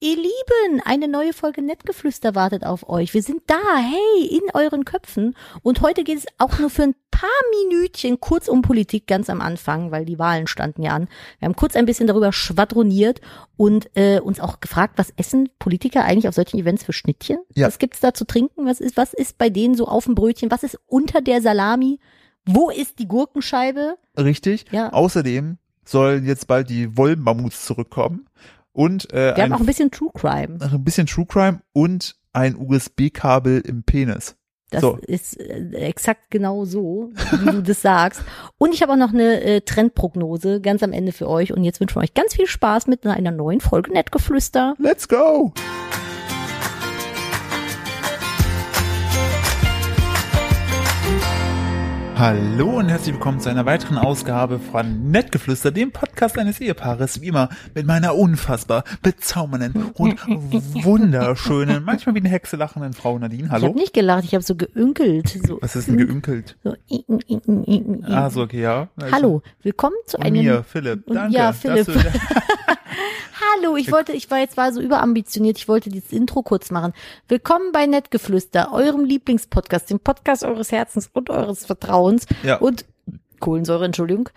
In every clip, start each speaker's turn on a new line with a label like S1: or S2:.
S1: Ihr Lieben, eine neue Folge Nettgeflüster wartet auf euch. Wir sind da, hey, in euren Köpfen. Und heute geht es auch nur für ein paar Minütchen kurz um Politik ganz am Anfang, weil die Wahlen standen ja an. Wir haben kurz ein bisschen darüber schwadroniert und äh, uns auch gefragt, was essen Politiker eigentlich auf solchen Events für Schnittchen?
S2: Ja.
S1: Was gibt's da zu trinken? Was ist, was ist bei denen so auf dem Brötchen? Was ist unter der Salami? Wo ist die Gurkenscheibe?
S2: Richtig.
S1: Ja.
S2: Außerdem sollen jetzt bald die Wollmammuts zurückkommen und äh,
S1: Wir haben
S2: ein,
S1: auch ein bisschen True Crime.
S2: ein bisschen True Crime und ein USB-Kabel im Penis.
S1: Das
S2: So.
S1: ist äh, exakt genau so, wie du das sagst. Und ich habe auch noch eine äh, Trendprognose ganz am Ende für euch. Und jetzt wünschen wir euch ganz viel Spaß mit einer neuen Folge Nettgeflüster.
S2: Let's go! Hallo und herzlich willkommen zu einer weiteren Ausgabe von Nettgeflüster, dem Podcast eines Ehepaares, wie immer mit meiner unfassbar bezaubernden und wunderschönen, manchmal wie eine Hexe lachenden Frau Nadine.
S1: Ich habe
S2: Hallo?
S1: nicht gelacht, ich habe so geünkelt. So,
S2: Was ist denn geünkelt?
S1: so, i- i- i- i- i-
S2: Ah, so, okay, ja.
S1: Hallo, willkommen zu
S2: Und
S1: einem.
S2: mir, Philipp.
S1: Und-
S2: Danke.
S1: ja,
S2: dass
S1: Philipp.
S2: du-
S1: Hallo, ich wollte, ich war jetzt war so überambitioniert, ich wollte dieses Intro kurz machen. Willkommen bei Nettgeflüster, eurem Lieblingspodcast, dem Podcast eures Herzens und eures Vertrauens.
S2: Ja.
S1: Und Kohlensäure, Entschuldigung.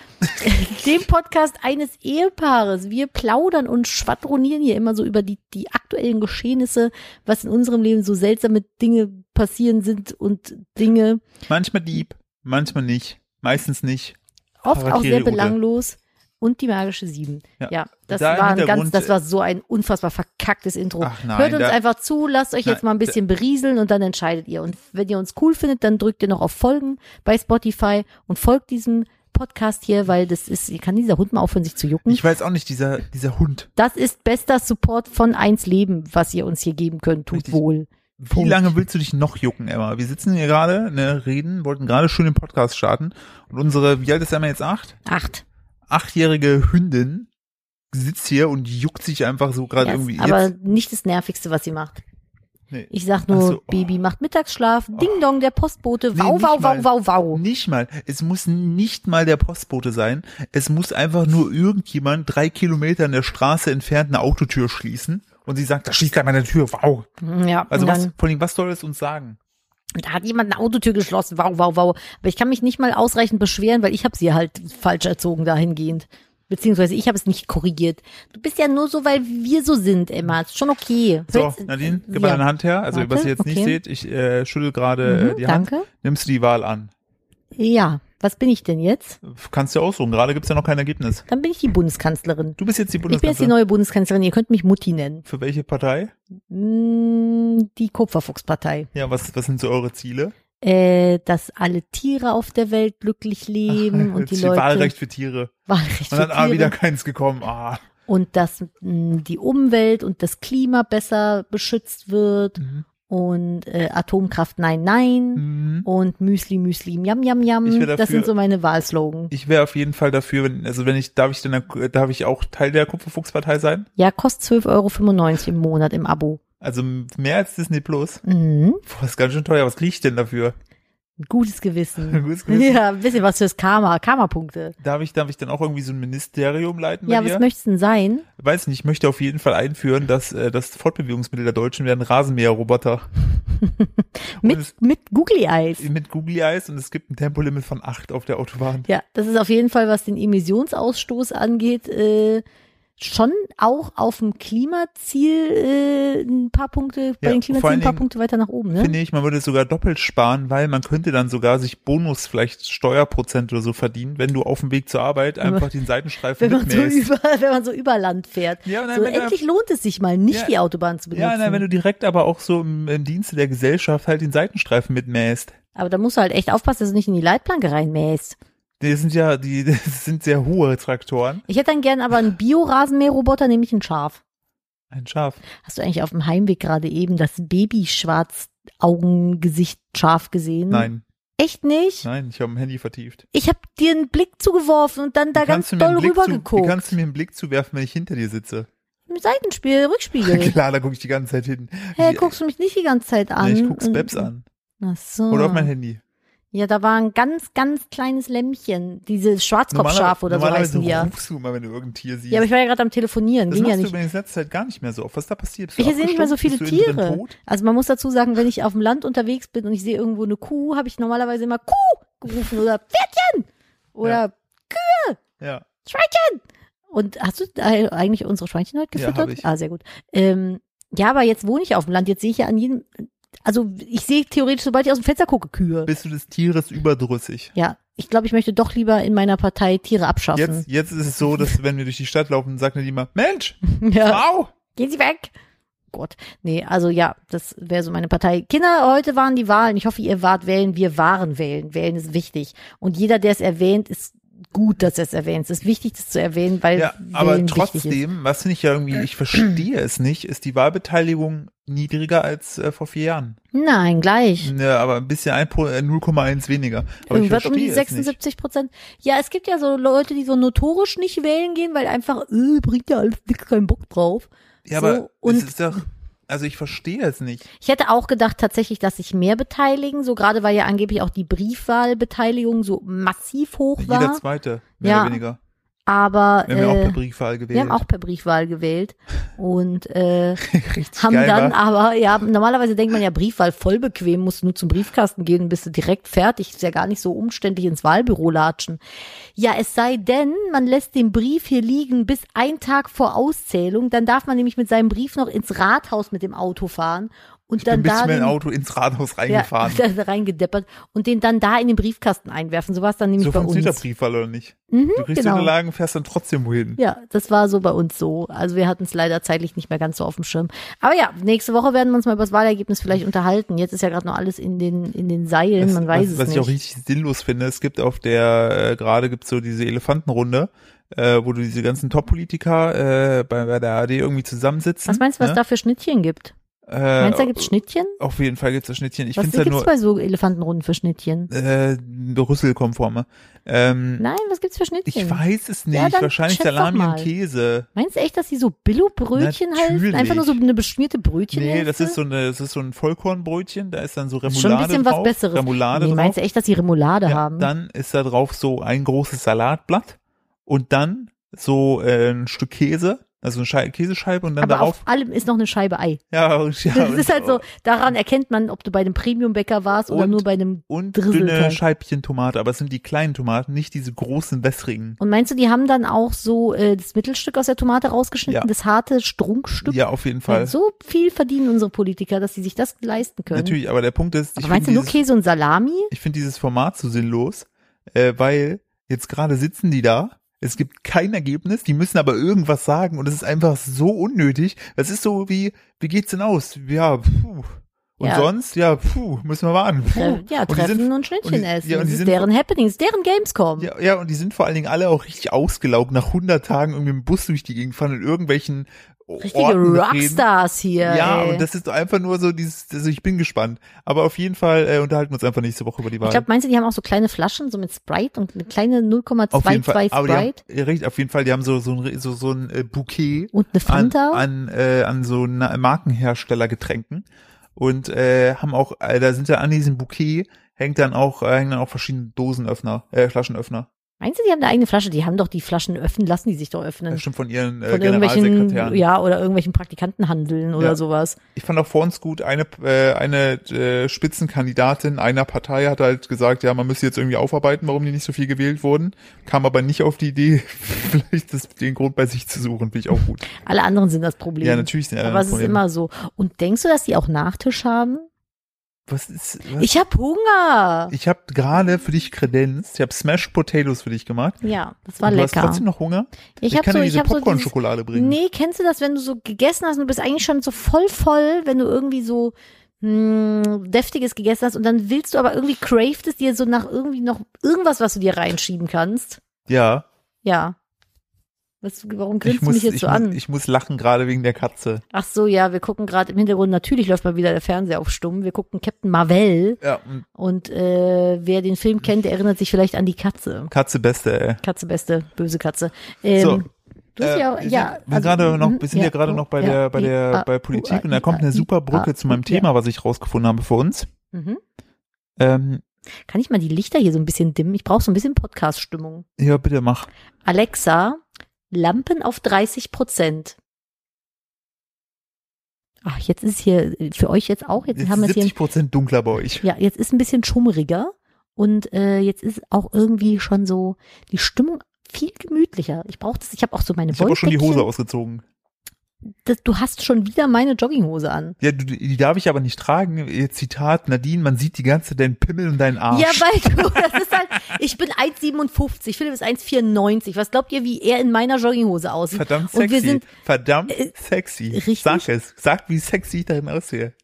S1: dem Podcast eines Ehepaares. Wir plaudern und schwadronieren hier immer so über die, die aktuellen Geschehnisse, was in unserem Leben so seltsame Dinge passieren sind und Dinge,
S2: Manchmal Dieb, manchmal nicht, meistens nicht.
S1: oft auch sehr
S2: Harakiri-Ute.
S1: belanglos. Und die magische Sieben. Ja,
S2: Ja.
S1: das
S2: Da im
S1: war ein ganz,
S2: Hintergrund-
S1: das war so ein unfassbar verkacktes Intro.
S2: Ach nein,
S1: Hört uns
S2: da-
S1: einfach zu, lasst euch jetzt
S2: Nein,
S1: mal ein bisschen berieseln und dann entscheidet ihr. Und wenn ihr uns cool findet, dann drückt ihr noch auf Folgen bei Spotify und folgt diesem Podcast hier, weil das ist, kann dieser Hund mal aufhören, sich zu jucken.
S2: Ich weiß auch nicht, dieser, dieser Hund.
S1: Das ist bester Support von eins Leben, was ihr uns hier geben könnt. Tut
S2: Richtig.
S1: wohl.
S2: Wie
S1: Punkt.
S2: lange willst du dich noch jucken, Emma? Wir sitzen hier gerade, ne, reden, wollten gerade schön den Podcast starten und unsere, wie alt ist Emma jetzt? Acht?
S1: Acht.
S2: Achtjährige Hündin sitzt hier und juckt sich einfach so gerade
S1: Yes,
S2: irgendwie.
S1: aber
S2: jetzt,
S1: nicht das Nervigste, was sie macht.
S2: nee,
S1: Ich sag nur,
S2: Ach so, oh.
S1: Baby macht Mittagsschlaf, Ding Dong, der Postbote,
S2: Nee,
S1: wow,
S2: nicht
S1: wow, wow,
S2: mal.
S1: wow, wow.
S2: nicht mal. Es muss nicht mal der Postbote sein. Es muss einfach nur irgendjemand drei Kilometer in der Straße entfernt eine Autotür schließen und sie sagt, da schließt gleich meine Tür, wow.
S1: Ja,
S2: Also
S1: und
S2: was,
S1: dann,
S2: vor allem, was soll es uns sagen?
S1: da hat jemand eine Autotür geschlossen, wow, wow, wow. Aber ich kann mich nicht mal ausreichend beschweren, weil ich habe sie halt falsch erzogen dahingehend. Beziehungsweise ich habe es nicht korrigiert. Du bist ja nur so, weil wir so sind, Emma. Ist schon okay.
S2: So,
S1: Hört's-
S2: Nadine, gib mal
S1: ja.
S2: deine Hand her. Also,
S1: Warte,
S2: was ihr jetzt
S1: okay.
S2: nicht seht, ich äh, schüttel gerade äh,
S1: Mhm,
S2: die
S1: danke.
S2: Hand. Nimmst du die Wahl an?
S1: Ja, was bin ich denn jetzt?
S2: Kannst du ja aussuchen. Gerade gibt's ja noch kein Ergebnis.
S1: Dann bin ich die Bundeskanzlerin.
S2: Du bist jetzt die
S1: Ich bin jetzt die
S2: Bundeskanzlerin.
S1: neue Bundeskanzlerin, ihr könnt mich Mutti nennen.
S2: Für welche Partei?
S1: Mm, Die Kupferfuchspartei.
S2: Ja, was, was sind so eure Ziele?
S1: Äh, dass alle Tiere auf der Welt glücklich leben und die
S2: Jetzt
S1: Leute
S2: Wahlrecht für Tiere.
S1: Wahlrecht
S2: Und dann,
S1: für
S2: ah, wieder
S1: Tiere.
S2: keins gekommen. Ah.
S1: und dass mh, die Umwelt und das Klima besser beschützt wird
S2: Mhm.
S1: und äh, Atomkraft nein, nein
S2: Mhm.
S1: und Müsli, Müsli, Yam, Yam, Yam.
S2: Ich wär
S1: Das sind
S2: dafür-
S1: so meine Wahlslogan.
S2: Ich wäre auf jeden Fall dafür, wenn, also wenn ich, darf ich denn, da- darf ich auch Teil der Kupferfuchspartei sein?
S1: Ja, kostet 12,95 Euro im Monat im Abo.
S2: Also mehr als Disney Plus.
S1: Mhm.
S2: Boah, ist ganz schön teuer. Was kriege ich denn dafür?
S1: Gutes Gewissen.
S2: Gutes Gewissen.
S1: Ja, ein bisschen was fürs Karma, Karma-Punkte.
S2: Darf ich, darf ich dann auch irgendwie so ein Ministerium leiten?
S1: Ja,
S2: bei dir?
S1: was möchtest du denn sein?
S2: Weiß nicht, ich möchte auf jeden Fall einführen, dass äh, das Fortbewegungsmittel der Deutschen werden Rasenmäherroboter Und
S1: Mit,
S2: es-
S1: mit Googly Eyes.
S2: mit Googly Eyes und es gibt ein Tempolimit von acht auf der Autobahn.
S1: Ja, das ist auf jeden Fall, was den Emissionsausstoß angeht, äh, schon auch auf dem Klimaziel äh, ein paar Punkte, bei
S2: Ja,
S1: den
S2: vor
S1: Klimazielen
S2: allen
S1: ein paar
S2: Dingen
S1: Punkte weiter nach oben, ne?
S2: Finde ich, man würde sogar doppelt sparen, weil man könnte dann sogar sich Bonus, vielleicht Steuerprozent oder so verdienen, wenn du auf dem Weg zur Arbeit einfach den Seitenstreifen
S1: Wenn man, so
S2: mitmähst.
S1: über, wenn man so über Land fährt.
S2: Ja, nein,
S1: so,
S2: wenn du-
S1: endlich lohnt es sich mal, nicht
S2: Ja.
S1: die Autobahn zu benutzen.
S2: Ja, nein, wenn du direkt aber auch so im, im Dienste der Gesellschaft halt den Seitenstreifen mitmähst.
S1: Aber da musst du halt echt aufpassen, dass du nicht in die Leitplanke reinmähst.
S2: Das sind ja, die, das sind sehr hohe Traktoren.
S1: Ich hätte dann gern aber einen Bio-Rasenmäherroboter, nämlich ein Schaf.
S2: Ein Schaf.
S1: Hast du eigentlich auf dem Heimweg gerade eben das Baby-Schwarz-Augengesicht Schaf gesehen?
S2: Nein,
S1: Echt nicht?
S2: nein, ich habe mein Handy vertieft.
S1: Ich habe dir einen Blick zugeworfen und dann da
S2: Wie
S1: ganz
S2: kannst du mir
S1: doll
S2: einen Blick
S1: rüber
S2: zu- Wie
S1: geguckt.
S2: kannst du mir einen Blick zuwerfen, wenn ich hinter dir sitze?
S1: Im Seitenspiel, Rückspiegel.
S2: Klar, da gucke ich die ganze Zeit hin.
S1: Hey,
S2: Ich-
S1: guckst du mich nicht die ganze Zeit an?
S2: Nee, ich guck's
S1: Und- Ah.
S2: Babs an.
S1: Ach so.
S2: Oder auf mein Handy.
S1: Ja, da war ein ganz, ganz kleines Lämmchen. Dieses Schwarzkopfschaf oder so heißen die ja.
S2: rufst du immer, wenn du irgendein Tier siehst.
S1: Ja, aber ich war ja gerade am Telefonieren,
S2: das
S1: ging
S2: machst
S1: ja
S2: du
S1: nicht.
S2: übrigens in letzter Zeit gar nicht mehr so oft. Was ist da passiert? Bist
S1: Ich
S2: du
S1: sehe nicht mehr so viele
S2: abgestumpft? Bist du innen drin
S1: Tiere.
S2: tot?
S1: Also man muss dazu sagen, wenn ich auf dem Land unterwegs bin und ich sehe irgendwo eine Kuh, habe ich normalerweise immer Kuh gerufen oder Pferdchen oder
S2: Ja.
S1: Schweinchen. Und hast du e- eigentlich unsere Schweinchen heute
S2: Ja, hab
S1: gefüttert?
S2: ich.
S1: Ah, sehr gut. Ähm, ja, aber jetzt wohne ich auf dem Land. Jetzt sehe ich ja an jedem, also ich sehe theoretisch, sobald ich aus dem Fenster gucke, Kühe.
S2: Bist du des Tieres überdrüssig?
S1: Ja, ich glaube, ich möchte doch lieber in meiner Partei Tiere abschaffen.
S2: Jetzt, jetzt ist es so, dass wenn wir durch die Stadt laufen, sagt nicht immer, Mensch,
S1: Ja.
S2: wow!
S1: Gehen Sie weg! Gott. Nee, also ja, das wäre so meine Partei. Kinder, heute waren die Wahlen. Ich hoffe, ihr wart wählen. Wir waren wählen. Wählen ist wichtig. Und jeder, der es erwähnt, ist gut, dass er es erwähnt. Es ist wichtig, das zu erwähnen, weil
S2: Ja,
S1: wählen
S2: aber
S1: wichtig ist.
S2: trotzdem, was finde ich ja irgendwie, ich verstehe es nicht, ist die Wahlbeteiligung niedriger als äh, vor vier Jahren.
S1: Nein, gleich.
S2: Ne, aber ein bisschen ein, Pro- äh, 0,1 weniger. Aber ich
S1: Irgendwas
S2: verstehe
S1: um die
S2: es nicht.
S1: 76 Prozent. Ja, es gibt ja so Leute, die so notorisch nicht wählen gehen, weil einfach, äh, bringt ja alles nix, keinen Bock drauf.
S2: Ja, aber
S1: so, und
S2: es ist doch, also ich verstehe es nicht.
S1: Ich hätte auch gedacht tatsächlich, dass sich mehr beteiligen, so gerade weil ja angeblich auch die Briefwahlbeteiligung so massiv hoch
S2: Jeder
S1: war.
S2: zweite, mehr
S1: Ja,
S2: oder weniger.
S1: Aber
S2: Wir haben ja auch
S1: äh,
S2: per Briefwahl gewählt.
S1: wir haben auch per Briefwahl gewählt und äh,
S2: Richtig
S1: haben
S2: geil
S1: dann
S2: war.
S1: aber, ja, normalerweise denkt man ja Briefwahl voll bequem, musst nur zum Briefkasten gehen, bist du direkt fertig, ist ja gar nicht so umständlich ins Wahlbüro latschen. Ja, es sei denn, man lässt den Brief hier liegen bis ein Tag vor Auszählung, dann darf man nämlich mit seinem Brief noch ins Rathaus mit dem Auto fahren und
S2: Bin
S1: dann
S2: ein bisschen
S1: da
S2: mit dem
S1: den,
S2: Auto ins Rathaus reingefahren.
S1: Ja, da reingedeppert und den dann da in den Briefkasten einwerfen. So war es dann nämlich
S2: so
S1: bei
S2: funktioniert
S1: uns.
S2: der Briefwahl oder nicht?
S1: Mhm,
S2: du kriegst
S1: genau.
S2: die Unterlagen, fährst dann trotzdem wohin.
S1: Ja, das war so bei uns so. Also wir hatten es leider zeitlich nicht mehr ganz so auf dem Schirm. Aber ja, nächste Woche werden wir uns mal über das Wahlergebnis vielleicht unterhalten. Jetzt ist ja gerade noch alles in den, in den Seilen, man weiß
S2: was,
S1: es
S2: was
S1: nicht.
S2: ich auch richtig sinnlos finde, es gibt auf der, äh, gerade gibt's so diese Elefantenrunde, äh, wo du diese ganzen Top-Politiker äh, bei, bei der ARD irgendwie zusammensitzen.
S1: was meinst du, was da für Schnittchen gibt?
S2: da? Äh,
S1: meinst du, da gibt's Schnittchen?
S2: Auf jeden Fall gibt's da Schnittchen. Ich
S1: was
S2: finde
S1: gibt's
S2: ja nur
S1: bei so Elefantenrunden für Schnittchen?
S2: äh, Rüsselkonforme. Ähm,
S1: Nein, was gibt's für Schnittchen?
S2: ich weiß es nicht.
S1: Hm. Ja, dann
S2: Wahrscheinlich
S1: schätz doch
S2: Salami
S1: mal.
S2: und Käse.
S1: Meinst du echt, dass die so Billo-Brötchen halten?
S2: Natürlich.
S1: Einfach nur so eine beschmierte Brötchen
S2: Nee, das ist so eine, das ist so ein Vollkornbrötchen, da ist dann so Remoulade
S1: Schon ein bisschen was
S2: drauf,
S1: Besseres.
S2: Remoulade
S1: nee,
S2: drauf.
S1: meinst du echt, dass die Remoulade
S2: Ja,
S1: haben?
S2: Dann ist da drauf so ein großes Salatblatt und dann so äh, ein Stück Käse, also eine Schei Käsescheibe und dann
S1: Aber
S2: darauf.
S1: auf allem ist noch eine Scheibe Ei.
S2: ja, und, ja,
S1: Das
S2: und-
S1: ist halt so, daran erkennt man, ob du bei einem Premium-Bäcker warst oder
S2: Und-
S1: nur bei einem.
S2: Und dünne
S1: Drisselteig.
S2: Scheibchen Tomate, aber es sind die kleinen Tomaten, nicht diese großen, wässrigen.
S1: Und meinst du, die haben dann auch so äh, das Mittelstück aus der Tomate rausgeschnitten,
S2: Ja.
S1: das harte Strunkstück?
S2: Ja, auf jeden
S1: Ja,
S2: Fall.
S1: so viel verdienen unsere Politiker, dass sie sich das leisten können.
S2: Natürlich, aber der Punkt ist, ich
S1: Aber meinst
S2: finde
S1: du nur
S2: dieses,
S1: Käse und Salami?
S2: ich find dieses Format so sinnlos, äh, weil jetzt gerade sitzen die da, es gibt kein Ergebnis, die müssen aber irgendwas sagen und es ist einfach so unnötig. Das ist so wie, wie geht's denn aus? Ja, puh. Und
S1: Ja.
S2: sonst, ja, puh, müssen wir warten. Puh.
S1: Tre Äh, ja,
S2: Und die
S1: Treffen
S2: sind-
S1: und, Schnittchen
S2: und die-
S1: essen.
S2: ja, und
S1: das
S2: die
S1: ist
S2: sind-
S1: deren Happening, das ist deren Gamescom.
S2: Ja, ja, und die sind vor allen Dingen alle auch richtig ausgelaugt nach 100 Tagen irgendwie im Bus durch die Gegend fahren und irgendwelchen
S1: Richtige
S2: Orten reden.
S1: Rockstars hier.
S2: Ja,
S1: ey.
S2: und das ist einfach nur so dieses, also ich bin gespannt. Aber auf jeden Fall äh, unterhalten wir uns einfach nächste Woche über die Wahl.
S1: ich glaube, meinst du, die haben auch so kleine Flaschen, so mit Sprite und eine kleine
S2: auf jeden Fall.
S1: 0,22
S2: Aber die haben,
S1: Sprite
S2: ja, richtig, auf jeden Fall, die haben so, so ein, so, so ein äh, Bouquet
S1: und eine
S2: an,
S1: Fanta?
S2: an, äh, an so Na- Markenherstellergetränken und äh, haben auch, äh, da sind ja an diesem Bouquet hängt dann auch, äh, hängen dann auch verschiedene Dosenöffner, äh, Flaschenöffner.
S1: Meinst du, die haben eine eigene Flasche? Die haben doch die Flaschen öffnen, lassen die sich doch öffnen.
S2: Das stimmt von ihren äh,
S1: Von irgendwelchen,
S2: Generalsekretären.
S1: ja, oder irgendwelchen Praktikanten handeln oder
S2: Ja.
S1: sowas.
S2: Ich fand auch vor uns gut, eine, äh, eine äh, Spitzenkandidatin einer Partei hat halt gesagt, ja, man müsste jetzt irgendwie aufarbeiten, warum die nicht so viel gewählt wurden, kam aber nicht auf die Idee, vielleicht das, den Grund bei sich zu suchen, finde ich auch gut.
S1: Alle anderen sind das Problem.
S2: Ja, natürlich sind alle
S1: Aber es ist
S2: Probleme.
S1: immer so. Und denkst du, dass die auch Nachtisch haben?
S2: Was ist, was? Ich,
S1: Ich hab Hunger.
S2: ich habe gerade für dich Kredenz, ich habe Smashed Potatoes für dich gemacht.
S1: ja, das war
S2: du
S1: lecker.
S2: hast trotzdem noch Hunger?
S1: ich hab
S2: kann
S1: so,
S2: dir
S1: ich
S2: diese
S1: hab so dieses,
S2: Popcorn-Schokolade bringen.
S1: Nee, kennst du das, wenn du so gegessen hast und du bist eigentlich schon so voll voll, wenn du irgendwie so mh, deftiges gegessen hast und dann willst du aber irgendwie craved es dir so nach irgendwie noch irgendwas, was du dir reinschieben kannst?
S2: Ja,
S1: Ja. Was, warum
S2: ich
S1: grinst du
S2: muss,
S1: mich jetzt
S2: ich,
S1: so
S2: muss,
S1: an?
S2: ich muss lachen gerade wegen der Katze.
S1: Ach so, ja, wir gucken gerade im Hintergrund, natürlich läuft mal wieder der Fernseher auf stumm. Wir gucken Captain Marvel
S2: Ja, und
S1: und äh, wer den Film kennt, der erinnert sich vielleicht an die Katze.
S2: Katze beste, ey.
S1: Katze beste, böse Katze. Ähm,
S2: So,
S1: Du hast
S2: Äh,
S1: ja, auch-
S2: wir
S1: ja, also,
S2: sind, wir sind gerade noch, wir sind ja,
S1: ja,
S2: gerade
S1: oh,
S2: noch bei
S1: ja, oh,
S2: der, bei
S1: I,
S2: der,
S1: A,
S2: bei
S1: U,
S2: Politik
S1: A,
S2: und da kommt
S1: I,
S2: eine
S1: I,
S2: super Brücke
S1: A,
S2: zu meinem
S1: I, A.
S2: Thema, was ich rausgefunden habe für uns.
S1: Mhm.
S2: Ähm,
S1: Kann ich mal die Lichter hier so ein bisschen dimmen? Ich brauche so ein bisschen Podcast-Stimmung.
S2: Ja, bitte mach.
S1: Alexa, Lampen auf 30 Prozent. Ach, jetzt ist hier für euch jetzt auch, jetzt,
S2: Jetzt
S1: haben wir
S2: ist
S1: es hier
S2: 70 Prozent dunkler bei euch.
S1: Ja, jetzt ist ein bisschen schummriger und äh, jetzt ist auch irgendwie schon so die Stimmung viel gemütlicher. Ich brauche das, ich habe auch so meine
S2: Ich habe auch schon die Hose
S1: Wolldeckchen.
S2: ausgezogen.
S1: Das, du hast schon wieder meine Jogginghose an.
S2: Ja, du, die darf ich aber nicht tragen. Ihr Zitat, Nadine, man sieht die ganze Zeit deinen Pimmel und deinen Arsch.
S1: Ja, weil du, das ist halt, ich bin 1,57, Philipp ist 1,94. Was glaubt ihr, wie er in meiner Jogginghose aussieht?
S2: Verdammt
S1: Und wir
S2: sexy.
S1: sind-
S2: Verdammt
S1: äh,
S2: sexy.
S1: richtig?
S2: Sag es. Sag, wie sexy ich darin aussehe.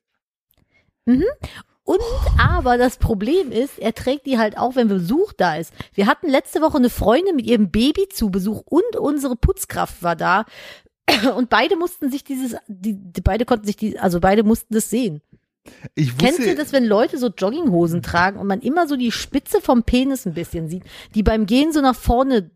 S1: Und aber das Problem ist, er trägt die halt auch, wenn Besuch da ist. Wir hatten letzte Woche eine Freundin mit ihrem Baby zu Besuch und unsere Putzkraft war da. Und beide mussten sich dieses, die, die beide konnten sich die, also beide mussten das sehen.
S2: Ich
S1: Kennst
S2: wusste,
S1: du das, wenn Leute so Jogginghosen tragen und man immer so die Spitze vom Penis ein bisschen sieht, die beim Gehen so nach vorne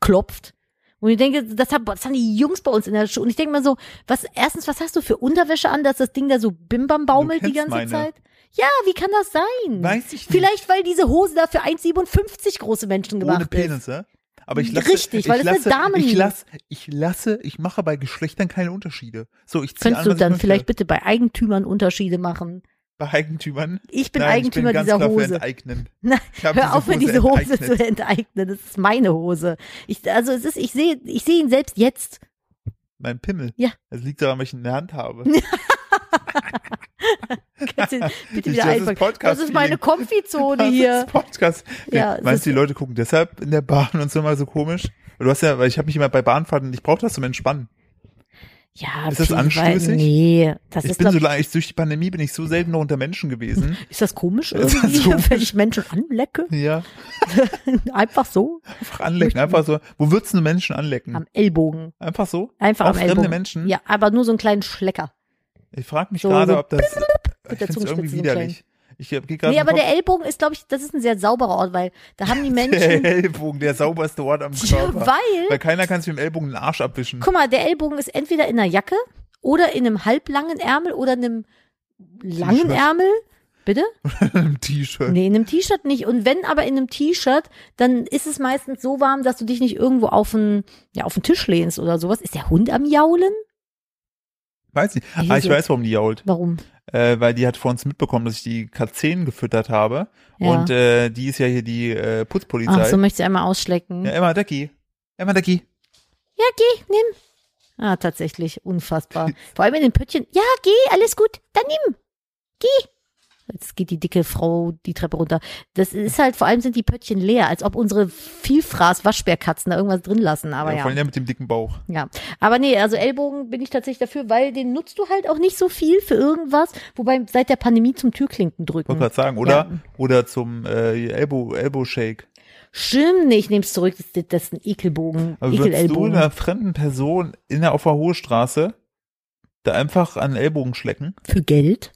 S1: klopft? Und ich denke, das haben, das haben die Jungs bei uns in der Schule. Und ich denke mir so, was, erstens, was hast du für Unterwäsche an, dass das Ding da so bimbam baumelt die ganze
S2: kennst meine.
S1: Zeit? Ja, wie kann das sein?
S2: Weiß ich nicht.
S1: Vielleicht, weil diese Hose da für 1,57 große Menschen gemacht
S2: ohne
S1: ist.
S2: Penis, ja? Aber ich lasse,
S1: Richtig,
S2: ich
S1: weil es eine
S2: lasse,
S1: Dame
S2: ich
S1: liegt.
S2: lasse, ich lasse, ich mache bei Geschlechtern keine Unterschiede. So, ich ziehe
S1: Könntest
S2: an,
S1: du
S2: was ich
S1: dann
S2: möchte.
S1: vielleicht bitte bei Eigentümern Unterschiede machen?
S2: bei Eigentümern.
S1: Ich bin
S2: Nein,
S1: Eigentümer
S2: ich bin ganz
S1: dieser
S2: klar für
S1: Hose.
S2: enteignen.
S1: Nein,
S2: Ich hab
S1: Hör
S2: diese
S1: auf, mir
S2: Hose
S1: diese Hose
S2: enteignet.
S1: zu enteignen. Das ist meine Hose. Ich, also es ist, ich sehe, ich sehe ihn selbst jetzt.
S2: Mein Pimmel.
S1: Ja.
S2: Das liegt daran, weil ich ihn in der Hand habe.
S1: Kannst du bitte
S2: Ich-
S1: wieder
S2: das ist
S1: einpacken.
S2: Podcast-Feeling.
S1: das ist meine Konfizone
S2: Das
S1: Oh, hier.
S2: Ist Podcast.
S1: Ja,
S2: Ja,
S1: es
S2: Meinst
S1: ist-
S2: du, die Leute gucken deshalb in der Bahn und so immer so komisch? Weil Du hast ja, weil ich habe mich immer bei Bahnfahrten, ich brauche das zum Entspannen.
S1: Ja,
S2: Ist das
S1: viel-
S2: anstößig?
S1: weil- Nee, das
S2: ich
S1: ist,
S2: bin
S1: glaub,
S2: so lange, ich, durch die Pandemie bin ich so selten noch unter Menschen gewesen.
S1: ist das komisch
S2: Ist das
S1: irgendwie,
S2: komisch?
S1: wenn ich Menschen anlecke?
S2: ja,
S1: Einfach so?
S2: einfach anlecken, einfach so. Wo würdest du Menschen anlecken?
S1: Am Ellbogen.
S2: Einfach so?
S1: Einfach
S2: Auf
S1: am
S2: fremde
S1: Ellbogen.
S2: Menschen?
S1: Ja, aber nur so einen kleinen Schlecker.
S2: Ich frage mich
S1: So,
S2: gerade,
S1: so
S2: ob das, ich
S1: mit der
S2: finde es irgendwie
S1: Zungenspitze so
S2: widerlich. Ich geh gerade
S1: Nee,
S2: im
S1: aber der
S2: Kopf-
S1: Ellbogen ist, glaube ich, das ist ein sehr sauberer Ort, weil da haben die
S2: der
S1: Menschen,
S2: Ellbogen, der sauberste Ort am
S1: Tja,
S2: Körper.
S1: weil
S2: Weil keiner kann sich mit dem Ellbogen den Arsch abwischen.
S1: Guck mal, der Ellbogen ist entweder in einer Jacke oder in einem halblangen Ärmel oder einem langen
S2: T-Shirt. Äh.
S1: Ärmel. Bitte?
S2: Im T-Shirt.
S1: Nee, in einem T-Shirt nicht. Und wenn aber in einem T-Shirt, dann ist es meistens so warm, dass du dich nicht irgendwo auf den, ja, auf den Tisch lehnst oder sowas. Ist der Hund am Jaulen?
S2: Weiß nicht.
S1: Wieso?
S2: Ah, ich weiß, warum die jault.
S1: Warum?
S2: Äh, weil die hat vor uns mitbekommen, dass ich die Katzen gefüttert habe.
S1: Ja.
S2: Und äh, die ist ja hier die äh, Putzpolizei.
S1: Ach, so möchte ich einmal ausschlecken.
S2: ja,
S1: Ja,
S2: Emma Decky. Emma Decky.
S1: geh, nimm. Ah, tatsächlich, unfassbar. Vor allem in den Pöttchen. Ja, geh, alles gut, dann nimm. Geh. Jetzt geht die dicke Frau die Treppe runter. Das ist halt, vor allem sind die Pöttchen leer, als ob unsere Vielfraß-Waschbärkatzen da irgendwas drin lassen. Aber ja.
S2: Vor allem der mit dem dicken Bauch.
S1: Ja, aber nee, also Ellbogen bin ich tatsächlich dafür, weil den nutzt du halt auch nicht so viel für irgendwas, wobei seit der Pandemie zum Türklinken drücken.
S2: Wollte gerade sagen. Oder, oder zum äh, Elbow, Elbow Shake.
S1: Stimmt, nee, ich nehm's zurück, das, das ist ein Ekelbogen,
S2: Aber Also würdest du
S1: Ekelellbogen.
S2: einer fremden Person in der, auf der Hohe Straße da einfach an den Ellbogen schlecken?
S1: Für Geld?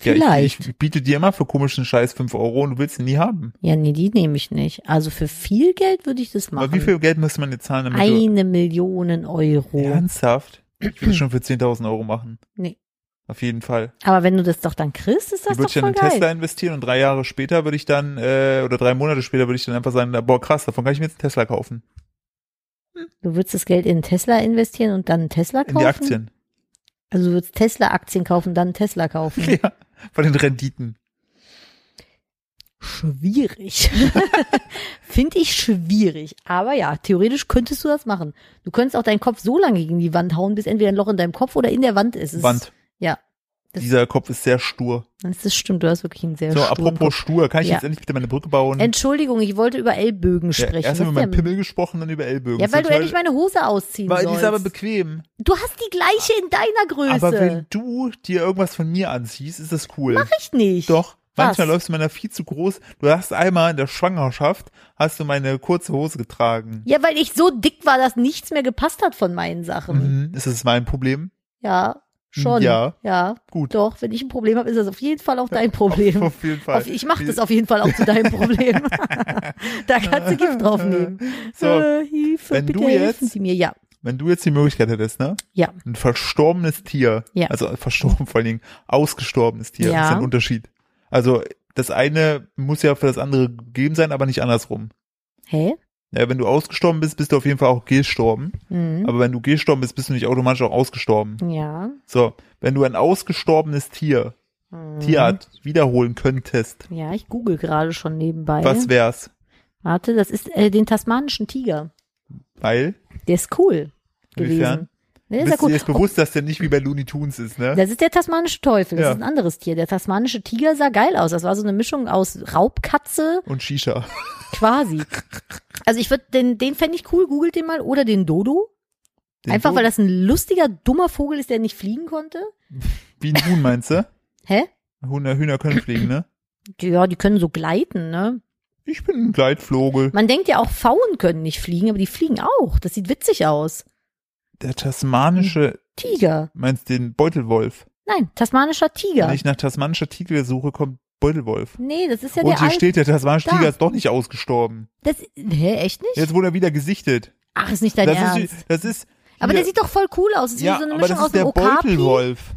S1: Vielleicht.
S2: Ja, ich, ich biete dir immer für komischen Scheiß 5 Euro und du willst ihn nie haben.
S1: Ja, nee, die nehme ich nicht. Also für viel Geld würde ich das machen.
S2: Aber wie viel Geld müsste man dir zahlen, damit du
S1: Eine Million Euro.
S2: Ernsthaft? Ich würde schon für 10.000 Euro machen.
S1: Nee.
S2: Auf jeden Fall.
S1: Aber wenn du das doch dann kriegst, ist das
S2: Ich würde
S1: doch
S2: ich dann
S1: voll
S2: in
S1: geil.
S2: Tesla investieren und drei Jahre später würde ich dann, äh, oder drei Monate später würde ich dann einfach sagen, na, boah krass, davon kann ich mir jetzt einen Tesla kaufen.
S1: Du würdest das Geld in Tesla investieren und dann einen Tesla
S2: In
S1: kaufen?
S2: die Aktien.
S1: Also du würdest Tesla-Aktien kaufen, dann einen Tesla kaufen.
S2: Ja, von den Renditen.
S1: Schwierig. Finde ich schwierig. Aber ja, theoretisch könntest du das machen. Du könntest auch deinen Kopf so lange gegen die Wand hauen, bis entweder ein Loch in deinem Kopf oder in der Wand ist. Es-
S2: Wand.
S1: ja. Das-
S2: Dieser Kopf ist sehr stur.
S1: Das ist stimmt, du hast wirklich einen sehr
S2: So,
S1: sturen
S2: apropos
S1: Kopf.
S2: stur, kann ich
S1: Ja.
S2: jetzt endlich bitte meine Brücke bauen?
S1: Entschuldigung, ich wollte über Ellbögen
S2: ja,
S1: sprechen.
S2: erst haben wir
S1: Was
S2: über meinen
S1: denn?
S2: Pimmel gesprochen, dann über Ellbögen.
S1: ja,
S2: Ist
S1: weil du
S2: toll.
S1: endlich meine Hose ausziehen
S2: Weil die
S1: sollst.
S2: ist aber bequem.
S1: du hast die gleiche in deiner Größe.
S2: Aber wenn du dir irgendwas von mir anziehst, ist das cool.
S1: Mach ich nicht.
S2: Doch.
S1: Was?
S2: Manchmal läufst du meiner viel zu groß. Du hast einmal in der Schwangerschaft, hast du meine kurze Hose getragen.
S1: Ja, weil ich so dick war, dass nichts mehr gepasst hat von meinen Sachen.
S2: Mhm. Ist das mein Problem?
S1: Ja, schon.
S2: Ja.
S1: Ja,
S2: Gut.
S1: doch. Wenn ich ein Problem habe, ist das auf jeden Fall auch dein Problem.
S2: Auf jeden Fall.
S1: Auf, ich mache das auf jeden Fall auch zu deinem Problem. da kannst du Gift drauf nehmen.
S2: So,
S1: äh, Hilfe,
S2: wenn
S1: bitte
S2: du jetzt-
S1: helfen Sie mir. Ja,
S2: Wenn du jetzt die Möglichkeit hättest, ne?
S1: ja,
S2: Ein verstorbenes Tier.
S1: Ja.
S2: Also verstorben vor allen Dingen, ausgestorbenes Tier.
S1: Ja.
S2: Das ist ein Unterschied. Also das eine muss ja für das andere gegeben sein, aber nicht andersrum.
S1: Hä?
S2: Ja, wenn du ausgestorben bist, bist du auf jeden Fall auch gestorben.
S1: Mhm.
S2: Aber wenn du gestorben bist, bist du nicht automatisch auch ausgestorben.
S1: Ja.
S2: So, wenn du ein ausgestorbenes Tier,
S1: Mhm.
S2: Tierart wiederholen könntest,
S1: Hm. Ja, ich google gerade schon nebenbei.
S2: was wär's?
S1: Warte, das ist äh, den tasmanischen Tiger.
S2: Weil,
S1: Der ist cool
S2: inwiefern?
S1: gewesen. Der ist ja
S2: bist du dir
S1: cool.
S2: jetzt bewusst, dass der nicht wie bei Looney Tunes ist, ne?
S1: Das ist der tasmanische Teufel, das
S2: Ja.
S1: ist ein anderes Tier. Der tasmanische Tiger sah geil aus. Das war so eine Mischung aus Raubkatze,
S2: Und Shisha.
S1: quasi. Also ich würde, den, den fände ich cool, googelt den mal. Oder den Dodo.
S2: Den
S1: Einfach
S2: so-
S1: weil das ein lustiger, dummer Vogel ist, der nicht fliegen konnte.
S2: Wie ein Huhn meinst du?
S1: Hä?
S2: Hühner, Hühner können fliegen, ne?
S1: Ja, die können so gleiten, ne?
S2: Ich bin ein Gleitvogel.
S1: Man denkt ja auch, Pfauen können nicht fliegen, aber die fliegen auch. Das sieht witzig aus.
S2: Der tasmanische,
S1: Tiger.
S2: meinst den Beutelwolf?
S1: Nein, tasmanischer Tiger.
S2: Wenn ich nach tasmanischer Tiger suche, kommt Beutelwolf.
S1: Nee, das ist ja
S2: Und
S1: der
S2: hier
S1: alte.
S2: steht, der tasmanische
S1: Da.
S2: Tiger ist doch nicht ausgestorben.
S1: Das, hä, echt nicht?
S2: Jetzt wurde er wieder gesichtet.
S1: Ach, ist nicht dein
S2: das
S1: Ernst.
S2: ist, das ist,
S1: aber
S2: hier-
S1: der sieht doch voll cool aus. Das ist
S2: ja,
S1: wie so eine
S2: aber
S1: Mischung
S2: das
S1: aus
S2: ist der
S1: einem Okapi.
S2: Beutelwolf.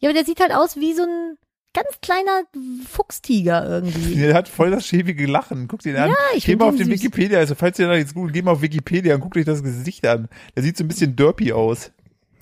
S1: Ja, aber der sieht halt aus wie so ein ganz kleiner Fuchstiger irgendwie.
S2: Der hat voll das schäbige Lachen. Guck den an.
S1: ich
S2: Geh
S1: find
S2: mal auf
S1: den
S2: den
S1: süß.
S2: Wikipedia. Also, falls ihr da jetzt googelt, geh mal auf Wikipedia und guckt euch das Gesicht an. Der sieht so ein bisschen derpy aus.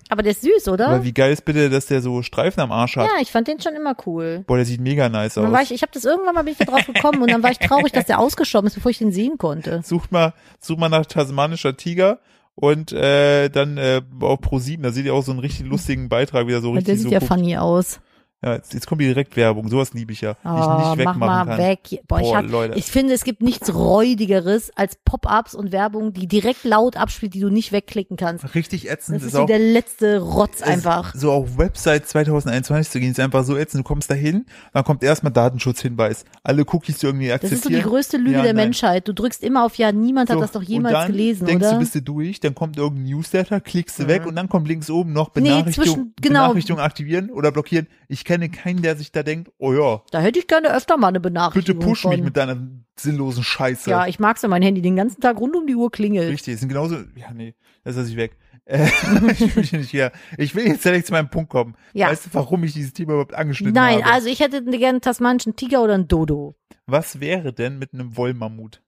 S1: Aber der ist süß, oder?
S2: Aber wie geil ist bitte, dass der so Streifen am Arsch hat?
S1: Ja, ich fand den schon immer cool.
S2: Boah, der sieht mega nice
S1: Dann
S2: aus.
S1: war ich, ich habe das irgendwann mal bin ich da drauf gekommen und dann war ich traurig, dass der ausgestorben ist, bevor ich den sehen konnte.
S2: Sucht mal, sucht mal nach tasmanischer Tiger und äh, dann äh, auf Pro7, da seht ihr auch so einen richtig lustigen Beitrag, wie er so
S1: Weil der
S2: richtig
S1: sieht
S2: so
S1: ja
S2: guckt.
S1: funny aus.
S2: ja, jetzt, jetzt kommt die Direktwerbung, sowas liebe ich ja. Die ich
S1: Oh,
S2: nicht
S1: mach
S2: wegmachen
S1: mal
S2: kann.
S1: weg. Boah, ich,
S2: Boah,
S1: hab,
S2: Leute.
S1: ich finde, es gibt nichts räudigeres als Pop-ups und Werbung, die direkt laut abspielt, die du nicht wegklicken kannst.
S2: Richtig ätzend
S1: Das ist
S2: ist
S1: wie
S2: auch
S1: der letzte Rotz
S2: Es-
S1: einfach.
S2: So auf Website 2021 zu gehen, ist einfach so ätzend. Du kommst dahin, dann kommt erstmal Datenschutzhinweis. Alle Cookies die irgendwie
S1: Das
S2: akzeptieren.
S1: ist so die größte Lüge
S2: Ja,
S1: der
S2: nein.
S1: Menschheit. Du drückst immer auf Ja, niemand hat
S2: So,
S1: das doch
S2: und
S1: jemals
S2: dann
S1: gelesen,
S2: denkst du,
S1: oder?
S2: bist du durch, dann kommt irgendein Newsletter, klickst du weg und dann kommt links oben noch
S1: Nee,
S2: Benachrichtigung,
S1: zwischen- genau.
S2: Benachrichtigung aktivieren oder blockieren. Ich kenne keinen, der sich da denkt, oh ja,
S1: Da hätte ich gerne öfter mal eine
S2: bitte
S1: Benachrichtigung.
S2: push mich
S1: von.
S2: mit deiner sinnlosen Scheiße.
S1: Oh Ja, ich mag's, wenn mein Handy den ganzen Tag rund um die Uhr klingelt.
S2: Richtig, es sind genauso, ja nee, das lasse ich weg. Äh, ich will hier nicht her. Ich will jetzt direkt zu meinem Punkt kommen.
S1: Ja.
S2: Weißt du, warum ich dieses Thema überhaupt angeschnitten
S1: Nein,
S2: habe?
S1: also ich hätte gerne einen tasmanischen Tiger oder einen Dodo.
S2: Was wäre denn mit einem Wollmammut?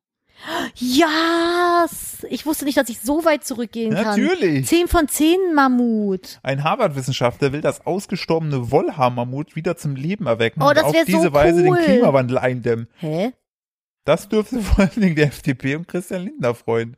S1: Yes! Ich wusste nicht, dass ich so weit zurückgehen kann.
S2: Natürlich.
S1: Zehn von zehn Mammut.
S2: Ein Harvard-Wissenschaftler will das ausgestorbene Wollhaarmammut wieder zum Leben erwecken
S1: Oh,
S2: und
S1: das
S2: auf
S1: wär so
S2: diese Weise den
S1: cool.
S2: Klimawandel eindämmen.
S1: Hä?
S2: Das dürfte vor allen Dingen der FDP und Christian Lindner freuen.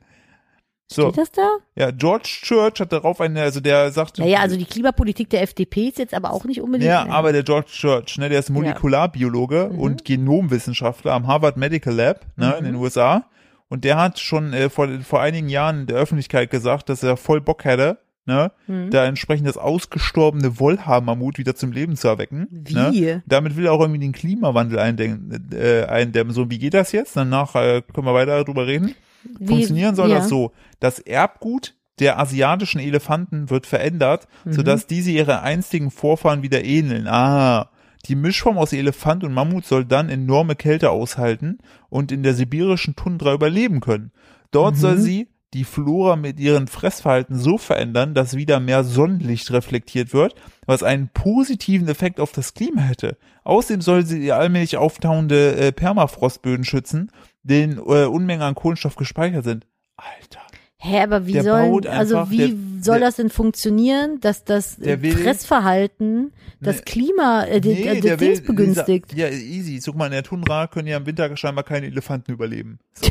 S2: So,
S1: Steht das da?
S2: ja, George Church hat darauf eine, also der sagte,
S1: Naja, also die Klimapolitik der FDP ist jetzt aber auch nicht unbedingt.
S2: Ja, aber der George Church, ne, der ist Molekularbiologe
S1: Mhm.
S2: und Genomwissenschaftler am Harvard Medical Lab ne, in den USA. Und der hat schon äh, vor, vor einigen Jahren der Öffentlichkeit gesagt, dass er voll Bock hätte, ne,
S1: Mhm.
S2: da entsprechend das ausgestorbene Wollhaarmammut wieder zum Leben zu erwecken. Ne?
S1: Wie?
S2: Damit will er auch irgendwie den Klimawandel eindämmen. Äh, eindämmen. So, wie geht das jetzt? Danach äh, können wir weiter drüber reden.
S1: Wie-
S2: Funktionieren soll
S1: ja.
S2: das so. Das Erbgut der asiatischen Elefanten wird verändert,
S1: Mhm.
S2: sodass diese ihre einstigen Vorfahren wieder ähneln. Ah. Die Mischform aus Elefant und Mammut soll dann enorme Kälte aushalten und in der sibirischen Tundra überleben können. Dort soll sie die Flora mit ihren Fressverhalten so verändern, dass wieder mehr Sonnenlicht reflektiert wird, was einen positiven Effekt auf das Klima hätte. Außerdem soll sie die allmählich auftauende äh, Permafrostböden schützen, den äh, Unmengen an Kohlenstoff gespeichert sind. Alter.
S1: Hä, aber wie
S2: Der
S1: soll,
S2: baut
S1: also
S2: einfach-
S1: wie
S2: der-
S1: soll
S2: der-
S1: das denn funktionieren, dass das äh,
S2: Der will-
S1: Fressverhalten das
S2: Nee.
S1: Klima, äh, den- äh, das
S2: der will-
S1: Dings begünstigt?
S2: Lisa, ja, easy. Guck mal, in der Tundra können ja im Winter scheinbar keine Elefanten überleben. So,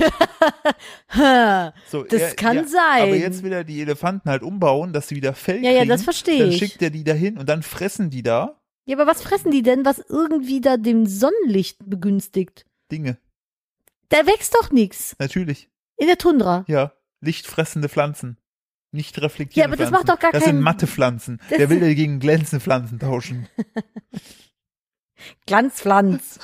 S1: Ha,
S2: so,
S1: Das
S2: er-
S1: kann
S2: ja,
S1: sein.
S2: Aber jetzt will er die Elefanten halt umbauen, dass sie wieder Fell
S1: Ja, ja,
S2: kriegen.
S1: das verstehe
S2: Dann
S1: ich.
S2: schickt er die dahin und dann fressen die da
S1: Ja, aber was fressen die denn, was irgendwie da dem Sonnenlicht begünstigt?
S2: Dinge.
S1: Da wächst doch nichts
S2: Natürlich.
S1: in der Tundra.
S2: Ja, lichtfressende Pflanzen. Nicht reflektierende
S1: Ja, aber das
S2: Pflanzen.
S1: macht doch gar
S2: Das sind
S1: keinen-
S2: matte Pflanzen.
S1: Das-
S2: Der will ja gegen glänzende Pflanzen tauschen.
S1: Glanzpflanz.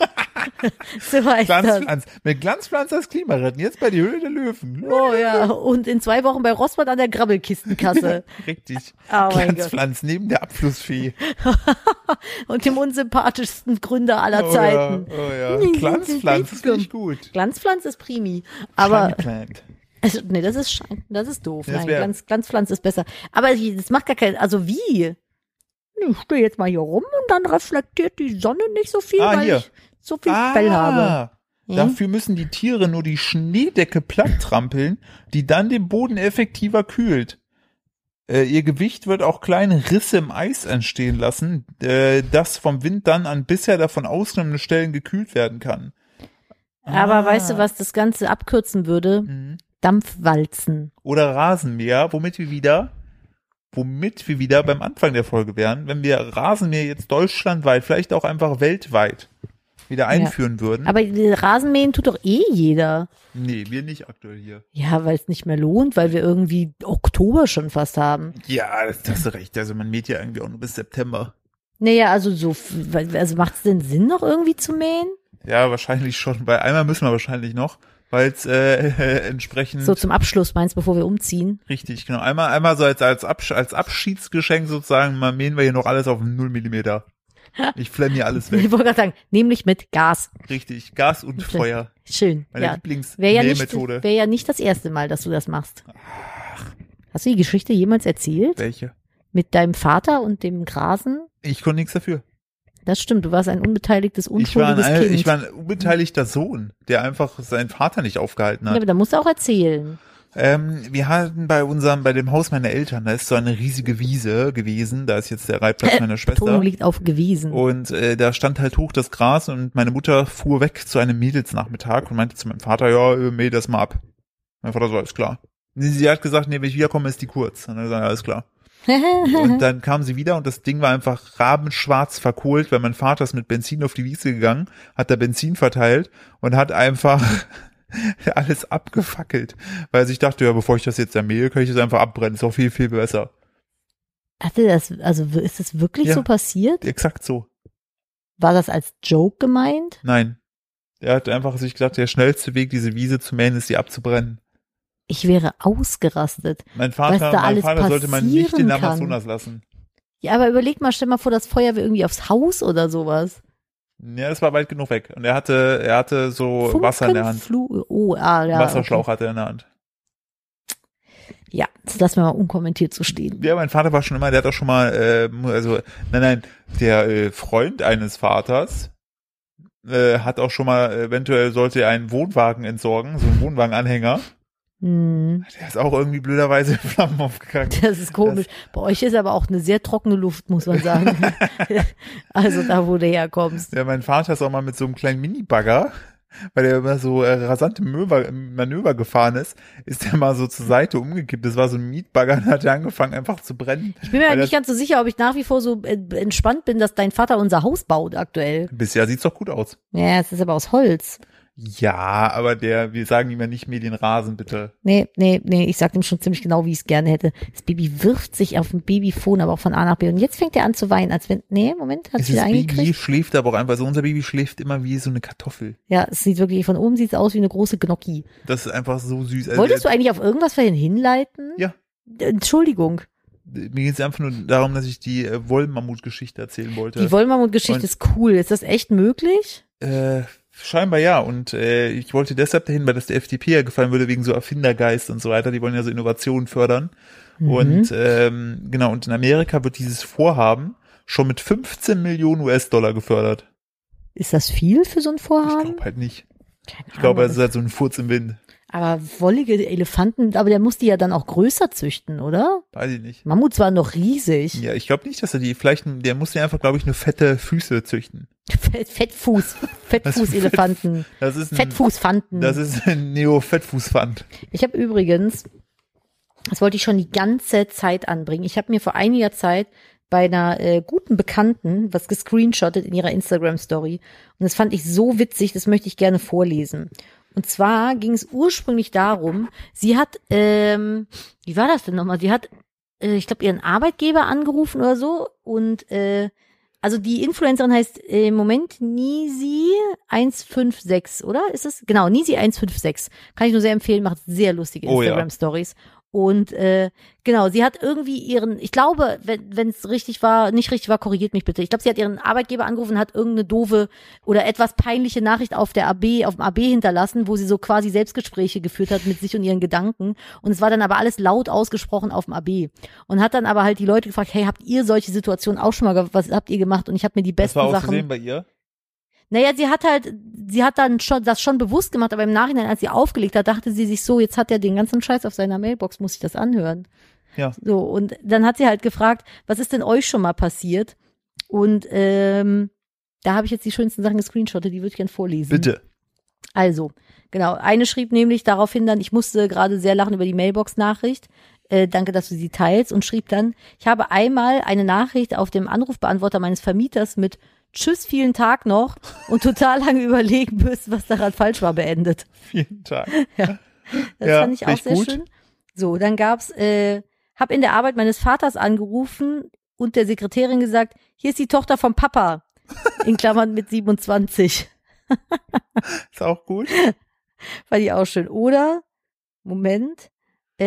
S1: so heißt das.
S2: Glanzpflanzen. Mit Glanzpflanzen das Klima retten. Jetzt bei die Höhle der Löwen.
S1: Oh ja, und in zwei Wochen bei Rossmann an der Grabbelkistenkasse.
S2: Richtig.
S1: Oh mein Gott.
S2: Glanzpflanzen neben der Abflussfee.
S1: Und dem unsympathischsten Gründer aller
S2: Oh ja,
S1: Zeiten.
S2: oh ja. Glanzpflanzen finde ich gut.
S1: Glanzpflanz ist primi, aber
S2: Shiny Plant.
S1: also, nee, das ist schein, das ist doof.
S2: Das
S1: Nein,
S2: wär-
S1: Glanz, Glanzpflanz ist besser. Aber ich- das macht gar kein, also wie? Ich stehe jetzt mal hier rum und dann reflektiert die Sonne nicht so viel,
S2: Ah,
S1: weil
S2: hier. Ah,
S1: ich so viel Fell habe. Hm?
S2: Dafür müssen die Tiere nur die Schneedecke platt trampeln, die dann den Boden effektiver kühlt. Äh, ihr Gewicht wird auch kleine Risse im Eis entstehen lassen, äh, das vom Wind dann an bisher davon ausgenommene Stellen gekühlt werden kann.
S1: Mhm. Aber
S2: Ah.
S1: weißt du, was das Ganze abkürzen würde?
S2: Mhm.
S1: Dampfwalzen.
S2: Oder Rasenmäher, womit wir wieder, womit wir wieder beim Anfang der Folge wären, wenn wir Rasenmäher jetzt deutschlandweit, vielleicht auch einfach weltweit wieder einführen würden.
S1: Aber die Rasenmähen tut doch eh jeder.
S2: nee, wir nicht aktuell hier.
S1: Ja, weil es nicht mehr lohnt, weil wir irgendwie Oktober schon fast haben.
S2: Ja, das hast du recht. Also man mäht ja irgendwie auch nur bis September.
S1: Naja, also so, f- also macht es denn Sinn, noch irgendwie zu mähen?
S2: Ja, wahrscheinlich schon. Bei einmal müssen wir wahrscheinlich noch, weil es äh, entsprechend
S1: So zum Abschluss meinst, bevor wir umziehen.
S2: richtig genau. Einmal, einmal so als als, Absch als Abschiedsgeschenk sozusagen. Mal mähen wir hier noch alles auf 0 Millimeter. Ich flemme hier alles weg.
S1: Ich wollte gerade sagen, nämlich mit Gas.
S2: Richtig. Gas und Feuer.
S1: Schön. ja. Wäre
S2: Meine
S1: ja, nicht,
S2: Lieblingsmähmethode.
S1: wär ja nicht das erste Mal, dass du das machst. Hast du die Geschichte jemals erzählt?
S2: Welche?
S1: Mit deinem Vater und dem Grasen?
S2: Ich konnte nichts dafür.
S1: Das stimmt, du warst ein unbeteiligtes,
S2: Ich war, ein,
S1: unschuldiges Kind.
S2: ich war ein unbeteiligter Sohn, der einfach seinen Vater nicht aufgehalten
S1: Ja,
S2: hat.
S1: aber da musst du auch erzählen.
S2: Ähm, wir hatten bei unserem, bei dem Haus meiner Eltern, da ist so eine riesige Wiese gewesen. Da ist jetzt der Reitplatz meiner Schwester.
S1: Ton liegt auf gewiesen.
S2: Und äh, da stand halt hoch das Gras und meine Mutter fuhr weg zu einem Mädelsnachmittag und meinte zu meinem Vater, ja, äh, mäh das mal ab. Mein Vater so, alles klar. Nee, Sie hat gesagt, nee, wenn ich wiederkomme, ist die kurz. Und dann gesagt, alles klar.
S1: Mhm.
S2: Und dann kam sie wieder und das Ding war einfach rabenschwarz verkohlt, weil mein Vater ist mit Benzin auf die Wiese gegangen, hat da Benzin verteilt und hat einfach alles abgefackelt. Weil ich dachte, ja, bevor ich das jetzt ermähe, kann ich das einfach abbrennen. Ist auch viel, viel besser.
S1: Hatte das, also w- ist das wirklich
S2: Ja.
S1: so passiert?
S2: Exakt so.
S1: War das als Joke gemeint?
S2: Nein. Er hat einfach sich gedacht, der schnellste Weg, diese Wiese zu mähen, ist sie abzubrennen.
S1: Ich wäre ausgerastet.
S2: Mein
S1: Was da
S2: Vater, mein
S1: alles
S2: Vater sollte man nicht in
S1: passieren
S2: der
S1: kann.
S2: Amazonas lassen.
S1: Ja, aber überleg mal, stell mal vor, das Feuer wäre irgendwie aufs Haus oder sowas.
S2: Ja, das war weit genug weg. Und er hatte, er hatte so
S1: Funken,
S2: Oh, Wasser in der Hand.
S1: Flu oh, ah, ja.
S2: Wasserschlauch hatte er in der Hand.
S1: Okay. Ja, das lassen wir mal unkommentiert so stehen.
S2: Ja, mein Vater war schon immer, der hat auch schon mal, äh, also, nein, nein, der äh, Freund eines Vaters äh, hat auch schon mal, eventuell sollte er einen Wohnwagen entsorgen, so einen Wohnwagenanhänger.
S1: Hm.
S2: Der ist auch irgendwie blöderweise in Flammen aufgegangen.
S1: Das ist komisch. Bei euch ist aber auch eine sehr trockene Luft, muss man sagen. also da, wo du herkommst.
S2: Ja, mein Vater ist auch mal mit so einem kleinen Minibagger, weil er immer so äh, rasante Manöver, Manöver gefahren ist, ist er mal so zur Seite umgekippt. Das war so ein Mietbagger und hat er angefangen einfach zu brennen.
S1: Ich bin mir
S2: Weil
S1: nicht
S2: das-
S1: ganz so sicher, ob ich nach wie vor so äh, entspannt bin, dass dein Vater unser Haus baut aktuell.
S2: Bisher sieht's doch gut aus.
S1: Ja, es ist aber aus Holz.
S2: Ja, aber der, wir sagen ihm ja nicht mehr den Rasen, bitte.
S1: Nee, nee, nee, ich sag dem schon ziemlich genau, wie ich es gerne hätte. Das Baby wirft sich auf dem Babyfon, aber auch von A nach B. Und jetzt fängt er an zu weinen, als wenn, nee, Moment, hat
S2: Es
S1: sie wieder
S2: ist
S1: eingekriegt.
S2: Baby schläft aber auch einfach. Also unser Baby schläft immer wie so eine Kartoffel.
S1: Ja, es sieht wirklich, von oben sieht es aus wie eine große Gnocchi.
S2: Das ist einfach so süß. Also,
S1: Wolltest du eigentlich auf irgendwas vorhin hinleiten?
S2: Ja.
S1: Entschuldigung.
S2: äh, mir geht's einfach nur darum, dass ich die äh, Wollmammut-Geschichte erzählen wollte.
S1: Die Wollmammut-Geschichte
S2: Und-
S1: ist cool. Ist das echt möglich?
S2: Äh, scheinbar ja. Und äh, ich wollte deshalb dahin, weil das der FDP ja gefallen würde, wegen so Erfindergeist und so weiter. Die wollen ja so Innovationen fördern.
S1: Mhm.
S2: Und ähm, genau, und in Amerika wird dieses Vorhaben schon mit 15 Millionen US-Dollar gefördert.
S1: Ist das viel für so ein
S2: Ich
S1: Vorhaben?
S2: glaube halt nicht.
S1: Keine
S2: Ich glaube,
S1: Ahnung.
S2: das ist halt so ein Furz im Wind.
S1: aber wollige Elefanten, aber der muss die ja dann auch größer züchten, oder?
S2: Weiß ich nicht.
S1: Mammuts waren noch riesig.
S2: Ja, ich glaube nicht, dass er die, vielleicht, der muss ja einfach, glaube ich, nur fette Füße züchten.
S1: Fett- Fettfuß, Fettfußelefanten,
S2: Das ist ein,
S1: Fettfußfanten.
S2: das ist ein Neo-Fettfußpfand.
S1: Ich habe übrigens, das wollte ich schon die ganze Zeit anbringen. Ich habe mir vor einiger Zeit bei einer äh, guten Bekannten was gescreenshottet in ihrer Instagram-Story. Und das fand ich so witzig, das möchte ich gerne vorlesen. Und zwar ging es ursprünglich darum, sie hat, ähm, wie war das denn nochmal? Sie hat, äh, ich glaube, ihren Arbeitgeber angerufen oder so. Und äh, also die Influencerin heißt äh, im Moment Nisi156, oder? Ist es? Genau, Nisi156. Kann ich nur sehr empfehlen, macht sehr lustige
S2: Oh ja.
S1: Instagram-Stories. Und äh, genau, sie hat irgendwie ihren, ich glaube, wenn es richtig war, nicht richtig war, korrigiert mich bitte. Ich glaube, sie hat ihren Arbeitgeber angerufen, und hat irgendeine doofe oder etwas peinliche Nachricht auf der AB, auf dem AB hinterlassen, wo sie so quasi Selbstgespräche geführt hat mit sich und ihren Gedanken. Und es war dann aber alles laut ausgesprochen auf dem AB. Und hat dann aber halt die Leute gefragt, hey, habt ihr solche Situationen auch schon mal, ge- was habt ihr gemacht? Und ich habe mir die
S2: Das war
S1: besten
S2: aus Versehen
S1: Sachen.
S2: bei ihr.
S1: Naja, sie hat halt, sie hat dann schon das schon bewusst gemacht, aber im Nachhinein, als sie aufgelegt hat, dachte sie sich so, jetzt hat er den ganzen Scheiß auf seiner Mailbox, muss ich das anhören.
S2: Ja.
S1: So, und dann hat sie halt gefragt, was ist denn euch schon mal passiert? Und ähm, da habe ich jetzt die schönsten Sachen gescreenshottet, die würde ich gerne vorlesen.
S2: Bitte.
S1: Also, genau. Eine schrieb nämlich daraufhin dann, ich musste gerade sehr lachen über die Mailbox-Nachricht. Äh, danke, dass du sie teilst und schrieb dann, ich habe einmal eine Nachricht auf dem Anrufbeantworter meines Vermieters mit Tschüss, vielen Tag noch und total lange überlegen müssen, was daran falsch war, beendet.
S2: Vielen Dank.
S1: Das
S2: Ja,
S1: fand ich auch
S2: echt
S1: sehr
S2: gut.
S1: schön. So, dann gab's, äh, hab in der Arbeit meines Vaters angerufen und der Sekretärin gesagt, hier ist die Tochter vom Papa. In Klammern mit 27.
S2: Ist auch gut.
S1: Fand ich auch schön. Oder, Moment,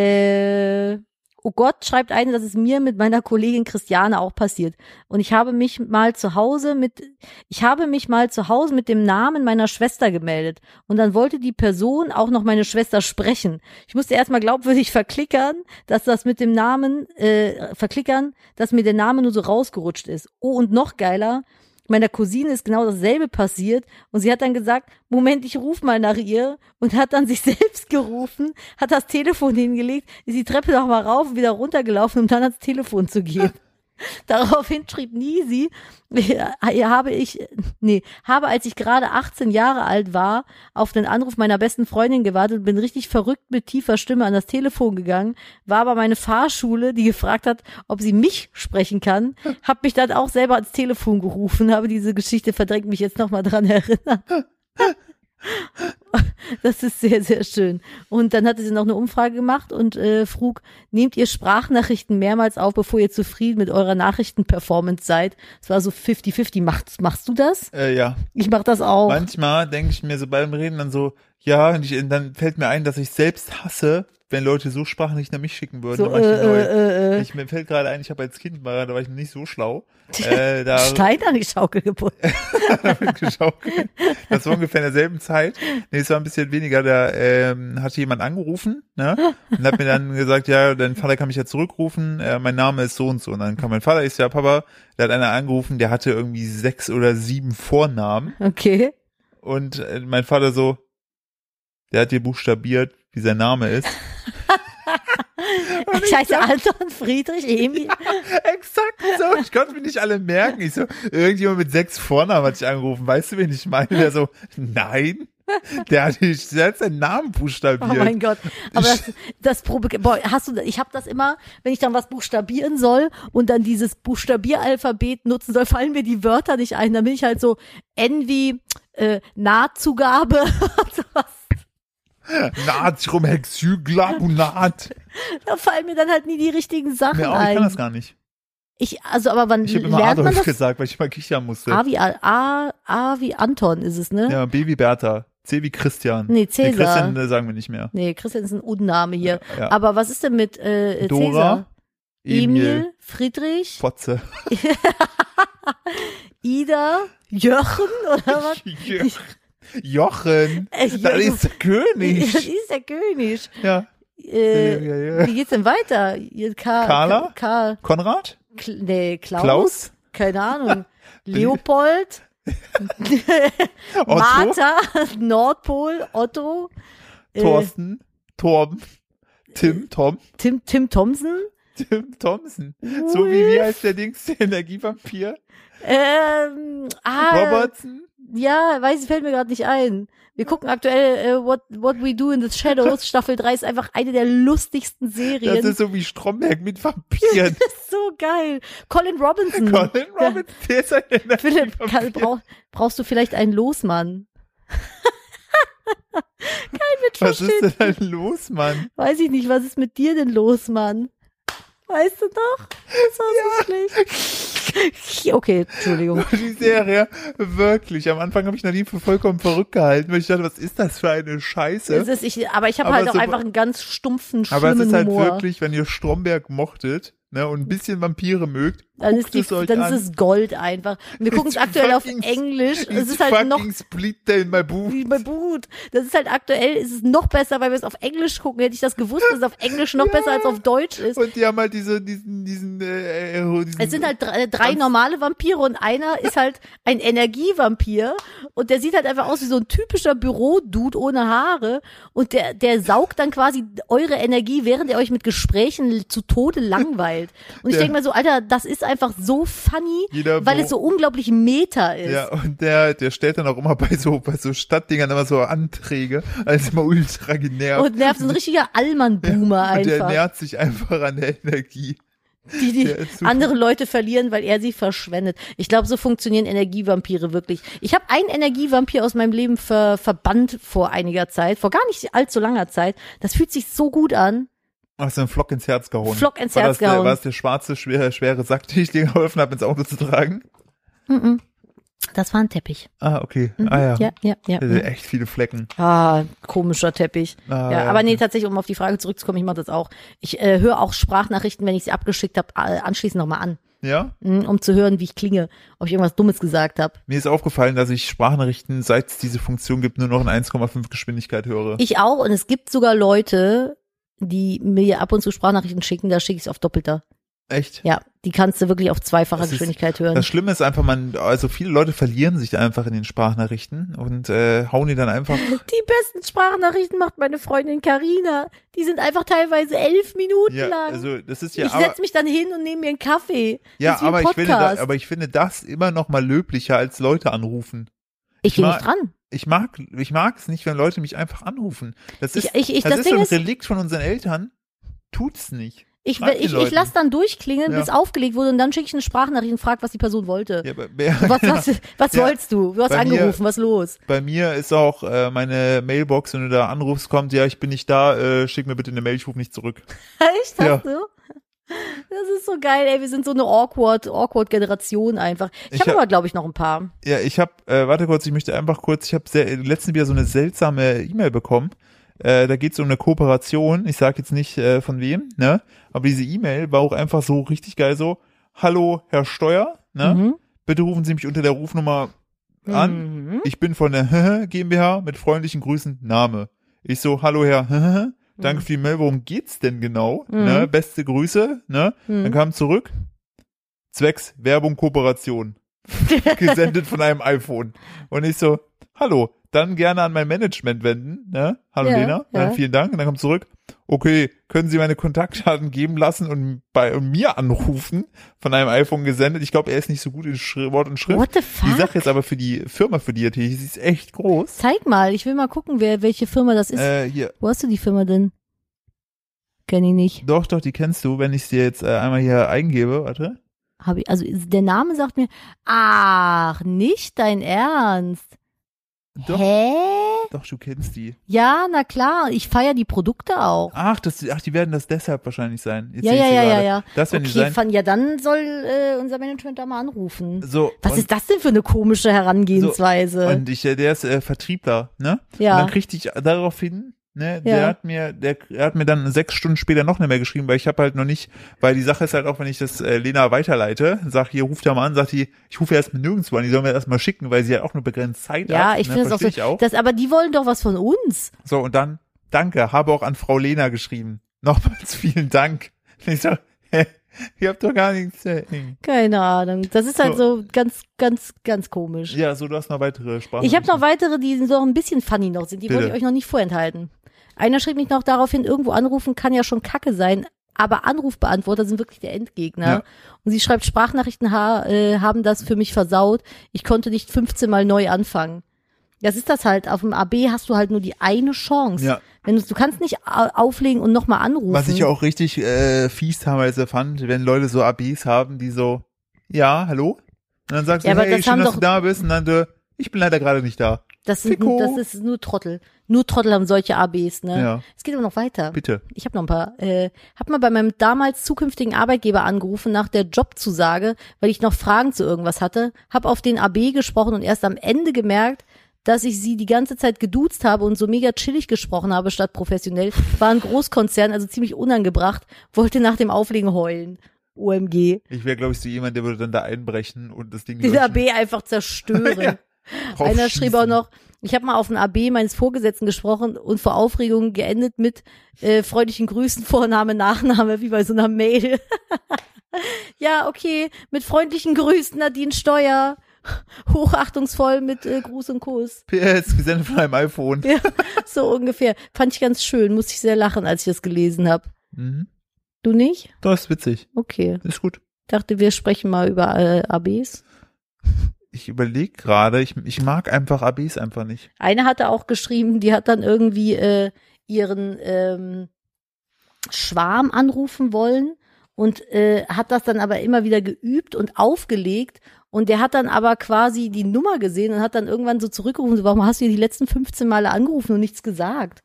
S1: äh, oh Gott, schreibt eine, dass es mir mit meiner Kollegin Christiane auch passiert. Und ich habe mich mal zu Hause mit, ich habe mich mal zu Hause mit dem Namen meiner Schwester gemeldet. Und dann wollte die Person auch noch meine Schwester sprechen. Ich musste erstmal glaubwürdig verklickern, dass das mit dem Namen, äh, verklickern, dass mir der Name nur so rausgerutscht ist. Oh, und noch geiler, meiner Cousine ist genau dasselbe passiert und sie hat dann gesagt, Moment, ich ruf mal nach ihr und hat dann sich selbst gerufen, hat das Telefon hingelegt, ist die Treppe noch mal rauf und wieder runtergelaufen, um dann ans Telefon zu gehen. Daraufhin schrieb Nisi, habe ich, nee, habe, als ich gerade 18 Jahre alt war, auf den Anruf meiner besten Freundin gewartet und bin richtig verrückt mit tiefer Stimme an das Telefon gegangen, war aber meine Fahrschule, die gefragt hat, ob sie mich sprechen kann, habe mich dann auch selber ans Telefon gerufen, habe diese Geschichte verdrängt mich jetzt nochmal dran erinnert. Das ist sehr, sehr schön. Und dann hatte sie noch eine Umfrage gemacht und äh, frug, nehmt ihr Sprachnachrichten mehrmals auf, bevor ihr zufrieden mit eurer Nachrichtenperformance seid? Es war so 50-50. Machst, machst du das?
S2: Äh, ja.
S1: Ich mach das auch.
S2: Manchmal denke ich mir so beim Reden dann so, ja, und ich, dann fällt mir ein, dass ich selbst hasse, wenn Leute so Sprachnachrichten an mich schicken würden.
S1: so, äh,
S2: Dann mach ich die neu.
S1: äh, äh, äh.
S2: ich, mir fällt gerade ein, ich habe als Kind war, da war ich noch nicht so schlau. Äh, da
S1: Stein an die Schaukel gebunden.
S2: damit geschaukelt. Das war ungefähr in derselben Zeit. Nee, es war ein bisschen weniger. Da ähm, hatte jemand angerufen ne? und hat mir dann gesagt, ja, dein Vater kann mich ja zurückrufen. Äh, mein Name ist so und so. Und dann kam mein Vater, ich so, ja, Papa. Da hat einer angerufen, der hatte irgendwie sechs oder sieben Vornamen.
S1: Okay.
S2: Und äh, mein Vater so, der hat dir buchstabiert, wie sein Name ist.
S1: Ich heiße Anton Friedrich Emil.
S2: Exakt so. Ich konnte mir nicht alle merken. Ich so, irgendjemand mit sechs Vornamen hat dich angerufen. Weißt du, wen ich meine? Der so, nein. Der hat, dich, der hat seinen Namen buchstabiert.
S1: Oh mein Gott. Aber das, das Probe, boah, hast du, ich habe das immer, wenn ich dann was buchstabieren soll und dann dieses Buchstabieralphabet nutzen soll, fallen mir die Wörter nicht ein. Dann bin ich halt so N wie äh, Nahtzugabe und sowas.
S2: Natrium, Hexyglabunat.
S1: Da fallen mir dann halt nie die richtigen Sachen
S2: Mir auch, ich kann
S1: ein.
S2: das gar nicht.
S1: Ich, also, aber wann
S2: Ich habe immer
S1: lernt man
S2: Adolf
S1: das?
S2: gesagt, weil ich immer kichern musste.
S1: A wie, Al- A, A wie Anton ist es, ne?
S2: ja, B wie Bertha. C wie Christian.
S1: Nee, Cäsar.
S2: Den Christian äh, sagen wir nicht mehr.
S1: Nee, Christian ist ein Unname hier.
S2: Ja.
S1: Aber was ist denn mit äh, äh,
S2: Dora,
S1: Cäsar? Emil, Friedrich,
S2: Fotze.
S1: Ida, Jochen oder was?
S2: Jo- Jochen.
S1: Äh,
S2: Da
S1: Jo-
S2: ist der
S1: Das
S2: König.
S1: ist der König.
S2: Ja.
S1: Äh,
S2: Ja, ja, ja.
S1: Wie geht's denn weiter? Ihr Ka
S2: Carla?
S1: Ka Ka
S2: Konrad?
S1: Kl nee, Klaus?
S2: Klaus?
S1: Keine Ahnung. Leopold?
S2: Otto?
S1: Martha? Nordpol? Otto? äh,
S2: Thorsten, Torben, Tim, Tom,
S1: Tim, Tim Thompson?
S2: Tim Thompson. So wie wie heißt der Dings, der Energievampir?
S1: Ähm, ah,
S2: Robertson?
S1: Ja, weiß ich, fällt mir gerade nicht ein. Wir gucken aktuell äh, What, What We Do in the Shadows. Staffel 3 ist einfach eine der lustigsten Serien.
S2: Das ist so wie Stromberg mit Vampiren.
S1: Das ist so geil. Colin Robinson.
S2: Colin Robinson, der ist ein
S1: Philipp,
S2: Energievampir.
S1: kann, brauch, brauchst du vielleicht einen Losmann? Kein mit
S2: Was
S1: versteht.
S2: ist denn da los, Mann?
S1: Weiß ich nicht, was ist mit dir denn los, Mann? Weißt du noch? Das war so schlecht. Okay, Entschuldigung.
S2: Die Serie, wirklich. Am Anfang habe ich Nadine für vollkommen verrückt gehalten, weil ich dachte, was ist das für eine Scheiße?
S1: Es ist, ich, aber ich habe
S2: Aber
S1: halt auch
S2: so-
S1: einfach einen ganz stumpfen, schlimmen
S2: Aber es ist halt
S1: Humor.
S2: wirklich, wenn ihr Stromberg mochtet ne, und ein bisschen Vampire mögt,
S1: Dann, ist, die,
S2: es euch
S1: dann
S2: an.
S1: ist es Gold einfach. Wir gucken es aktuell auf
S2: fucking-
S1: Englisch. Es
S2: It's
S1: ist halt noch
S2: fucking Split in my boob.
S1: wie bei Boot. Das ist halt aktuell, ist es noch besser, weil wir es auf Englisch gucken. Hätte ich das gewusst, dass es auf Englisch noch besser als auf Deutsch ist.
S2: Und die haben halt diese, diesen, diesen, äh, äh, diesen
S1: Es sind halt drei, drei normale Vampire und einer ist halt ein Energievampir und der sieht halt einfach aus wie so ein typischer Bürodude ohne Haare und der der saugt dann quasi eure Energie, während er euch mit Gesprächen zu Tode langweilt. Und ich
S2: Ja.
S1: denk denke mir so, Alter, das ist einfach so funny,
S2: Jeder
S1: weil
S2: Bü-
S1: es so unglaublich Meta ist.
S2: Ja, und der, der stellt dann auch immer bei so, bei so Stadtdingern immer so Anträge, als immer ultra genervt.
S1: Und nervt so ein richtiger Allmann-Boomer
S2: Und der
S1: einfach,
S2: nährt sich einfach an der Energie.
S1: die die
S2: der ist super.
S1: andere Leute verlieren, weil er sie verschwendet. Ich glaube, so funktionieren Energievampire wirklich. Ich habe einen Energievampir aus meinem Leben ver verbannt vor einiger Zeit, vor gar nicht allzu langer Zeit. Das fühlt sich so gut an.
S2: Hast du einen Flock ins Herz gehauen?
S1: Flock ins
S2: war
S1: Herz
S2: das der,
S1: gehauen.
S2: War das der schwarze, schwere, schwere Sack, den ich dir geholfen habe, ins Auto zu tragen?
S1: Das war ein Teppich.
S2: Ah, okay. Ah, ja.
S1: Mhm, Ja, ja, ja.
S2: Das sind echt viele Flecken.
S1: Ah, komischer Teppich. ja,
S2: Ah, ja.
S1: aber nee, tatsächlich, um auf die Frage zurückzukommen, ich mache das auch. Ich äh, höre auch Sprachnachrichten, wenn ich sie abgeschickt habe, äh, anschließend nochmal an,
S2: Ja?
S1: mh, um zu hören, wie ich klinge, ob ich irgendwas Dummes gesagt habe.
S2: Mir ist aufgefallen, dass ich Sprachnachrichten, seit es diese Funktion gibt, nur noch in 1,5 Geschwindigkeit höre.
S1: Ich auch und es gibt sogar Leute, die mir ab und zu Sprachnachrichten schicken, da schicke ich es auf doppelter.
S2: echt?
S1: Ja, die kannst du wirklich auf zweifacher
S2: Das ist-
S1: Geschwindigkeit hören.
S2: Das Schlimme ist einfach, man, also viele Leute verlieren sich einfach in den Sprachnachrichten und äh, hauen die dann einfach.
S1: Die besten Sprachnachrichten macht meine Freundin Karina. Die sind einfach teilweise elf Minuten
S2: ja,
S1: lang.
S2: also das ist ja.
S1: ich
S2: aber,
S1: setze mich dann hin und nehme mir einen Kaffee.
S2: ja,
S1: das ist wie ein
S2: aber ich finde, da,
S1: Podcast.
S2: aber ich finde das immer noch mal löblicher als Leute anrufen.
S1: ich gehe
S2: mag-
S1: nicht dran.
S2: Ich mag, ich mag es nicht, wenn Leute mich einfach anrufen. Das ist,
S1: Ich, ich, ich,
S2: das,
S1: das,
S2: ist so
S1: Ding
S2: ein
S1: ist,
S2: Relikt von unseren Eltern. Tut's nicht.
S1: ich,
S2: frag die
S1: ich, ich
S2: Leuten.
S1: lasse dann durchklingeln,
S2: Ja.
S1: bis aufgelegt wurde und dann schicke ich eine Sprachnachricht und frage, was die Person wollte.
S2: Ja, bei,
S1: Was, was, was
S2: Ja.
S1: wolltest du? Du hast
S2: Bei mir-
S1: angerufen, was los?
S2: bei mir ist auch äh, meine Mailbox, wenn du da anrufst, kommt, ja, ich bin nicht da, äh, schick mir bitte eine Mail, ich rufe nicht zurück.
S1: Echt? Hast
S2: Ja.
S1: du? Das ist so geil, ey. Wir sind so eine awkward, awkward Generation einfach. Ich, hab
S2: Ich
S1: habe
S2: hab-
S1: aber, glaube ich, noch ein paar.
S2: Ja, ich habe, äh, warte kurz, ich möchte einfach kurz, ich habe letztens wieder so eine seltsame E-Mail bekommen. Äh, da geht's um eine Kooperation. Ich sage jetzt nicht äh, von wem, ne? Aber diese E-Mail war auch einfach so richtig geil so. Hallo, Herr Steuer, ne?
S1: Mhm.
S2: Bitte rufen Sie mich unter der Rufnummer an.
S1: Mhm.
S2: Ich bin von der GmbH mit freundlichen Grüßen, Name. Ich so, hallo Herr, danke für die Mail, worum geht's denn genau?
S1: Mhm.
S2: Ne? Beste Grüße, ne? Dann kam zurück, zwecks Werbung Kooperation. Gesendet von einem iPhone. Und ich so, hallo, dann gerne an mein Management wenden, ne? Hallo
S1: Ja,
S2: Lena,
S1: ja.
S2: ja, vielen Dank. Und dann kommt zurück, okay, können Sie meine Kontaktdaten geben lassen und bei und mir anrufen? Von einem iPhone gesendet. Ich glaube, er ist nicht so gut in Schri Wort und Schrift.
S1: What the
S2: Die
S1: fuck?
S2: Sache ist aber für die Firma, für die er tätig ist, die ist echt groß.
S1: Zeig mal, ich will mal gucken, wer, welche Firma das ist.
S2: Äh, hier,
S1: Wo hast du die Firma denn? Kenn ich nicht.
S2: doch, doch, die kennst du, wenn ich dir jetzt äh, einmal hier eingebe, warte.
S1: Hab ich, also ist- der Name sagt mir, ach, nicht dein Ernst.
S2: Doch,
S1: Hä?
S2: doch, du kennst die.
S1: Ja, na klar, ich feier die Produkte auch.
S2: Ach, das, ach, die werden das deshalb wahrscheinlich sein. Jetzt
S1: Ja,
S2: sehe ich
S1: ja,
S2: sie
S1: ja, ja,
S2: gerade.
S1: ja.
S2: Das werden die
S1: Okay,
S2: sein.
S1: fand, ja, dann soll äh, unser Management da mal anrufen.
S2: So,
S1: Was
S2: und,
S1: ist das denn für eine komische Herangehensweise?
S2: Und ich, äh, der ist äh, Vertriebler, ne?
S1: Ja.
S2: Und dann kriegte ich daraufhin, ne, der
S1: Ja.
S2: hat mir, der, er hat mir dann sechs Stunden später noch eine Mail geschrieben, weil ich habe halt noch nicht, weil die Sache ist halt auch, wenn ich das äh, Lena weiterleite, sag hier, ruft da mal an, sagt die, ich rufe erst mal nirgendwo an, die sollen mir erst mal schicken, weil sie halt auch nur begrenzt Zeit
S1: ja,
S2: hat.
S1: ich
S2: ne,
S1: finde das auch so.
S2: versteh ich auch.
S1: Das, aber die wollen doch was von uns.
S2: So, und dann, danke, habe auch an Frau Lena geschrieben. Nochmals vielen Dank. Und ich so, hä, ihr habt doch gar nichts. äh,
S1: Keine Ahnung. Das ist halt
S2: So.
S1: so ganz, ganz, ganz komisch.
S2: Ja, so, du hast noch weitere Sprachen.
S1: Ich habe noch weitere, die so ein bisschen funny noch sind. Die wollte ich
S2: Bitte.
S1: euch noch nicht vorenthalten. Einer schrieb mich noch daraufhin, irgendwo anrufen kann ja schon kacke sein, aber Anrufbeantworter sind wirklich der Endgegner.
S2: Ja.
S1: Und sie schreibt, Sprachnachrichten ha äh, haben das für mich versaut. Ich konnte nicht 15 Mal neu anfangen. Das ist das halt. Auf dem AB hast du halt nur die eine Chance.
S2: Ja.
S1: Wenn du, du kannst nicht au- auflegen und nochmal anrufen.
S2: Was ich auch richtig äh, fies teilweise fand, wenn Leute so ABs haben, die so, ja, hallo? Und dann sagst
S1: Ja,
S2: du,
S1: aber
S2: hey,
S1: das
S2: schön,
S1: haben
S2: dass
S1: doch-
S2: du da bist. Und dann, du, ich bin leider gerade nicht da.
S1: das, sind,
S2: Fico.
S1: das ist nur Trottel. Nur Trottel haben solche ABs, ne?
S2: Ja.
S1: Es geht aber noch weiter.
S2: Bitte.
S1: Ich habe noch ein paar. Äh, hab mal bei meinem damals zukünftigen Arbeitgeber angerufen nach der Jobzusage, weil ich noch Fragen zu irgendwas hatte. Hab auf den AB gesprochen und erst am Ende gemerkt, dass ich sie die ganze Zeit geduzt habe und so mega chillig gesprochen habe statt professionell. War ein Großkonzern, also ziemlich unangebracht. Wollte nach dem Auflegen heulen. OMG.
S2: Ich wäre, glaube ich, so jemand, der würde dann da einbrechen und das Ding
S1: Den
S2: löschen.
S1: AB einfach zerstören.
S2: Ja.
S1: Einer schrieb auch
S2: Draufschießen.
S1: noch, ich habe mal auf den AB meines Vorgesetzten gesprochen und vor Aufregung geendet mit äh, freundlichen Grüßen, Vorname, Nachname, wie bei so einer Mail. ja, okay, mit freundlichen Grüßen, Nadine Steuer. Hochachtungsvoll mit äh, Gruß und Kuss.
S2: PS, gesendet von einem iPhone.
S1: Ja, so ungefähr. Fand ich ganz schön, musste ich sehr lachen, als ich das gelesen habe.
S2: Mhm.
S1: Du nicht?
S2: Das ist witzig.
S1: Okay.
S2: Ist gut.
S1: Dachte, wir sprechen mal über äh, ABs.
S2: Ich überlege gerade, ich, ich mag einfach ABs einfach nicht.
S1: Eine hatte auch geschrieben, die hat dann irgendwie äh, ihren ähm, Schwarm anrufen wollen und äh, hat das dann aber immer wieder geübt und aufgelegt. Und der hat dann aber quasi die Nummer gesehen und hat dann irgendwann so zurückgerufen, so, warum hast du hier die letzten 15 Male angerufen und nichts gesagt?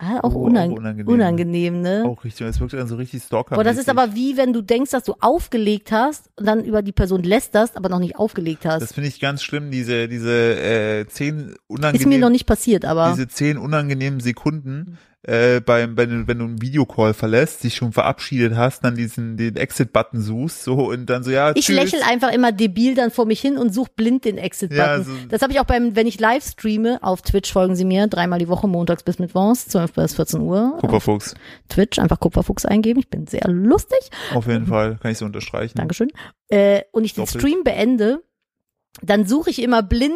S1: Ah, auch,
S2: Oh, auch
S1: unang unangenehm.
S2: unangenehm.
S1: ne?
S2: Auch richtig, es wirkt dann so richtig stalker
S1: Boah, das ist aber wie, wenn du denkst, dass du aufgelegt hast und dann über die Person lästerst, aber noch nicht aufgelegt hast.
S2: Das finde ich ganz schlimm, diese, diese äh, zehn
S1: ist mir noch
S2: unangenehmen,
S1: nicht passiert, aber.
S2: diese zehn unangenehmen Sekunden, äh, beim, wenn, du- wenn du einen Videocall verlässt, dich schon verabschiedet hast, dann diesen den Exit-Button suchst, so und dann so, ja,
S1: Ich
S2: tschüss.
S1: lächel einfach immer debil dann vor mich hin und such blind den Exit-Button.
S2: Ja, so-
S1: das habe ich auch beim, wenn ich live streame, auf Twitch folgen sie mir, dreimal die Woche, montags bis mittwochs, 12 bis 14 Uhr.
S2: Kupferfuchs,
S1: Twitch, einfach Kupferfuchs eingeben, ich bin sehr lustig,
S2: auf jeden Fall, kann ich so unterstreichen.
S1: Dankeschön. Äh, und ich den
S2: Doppelt.
S1: Stream beende, dann suche ich immer blind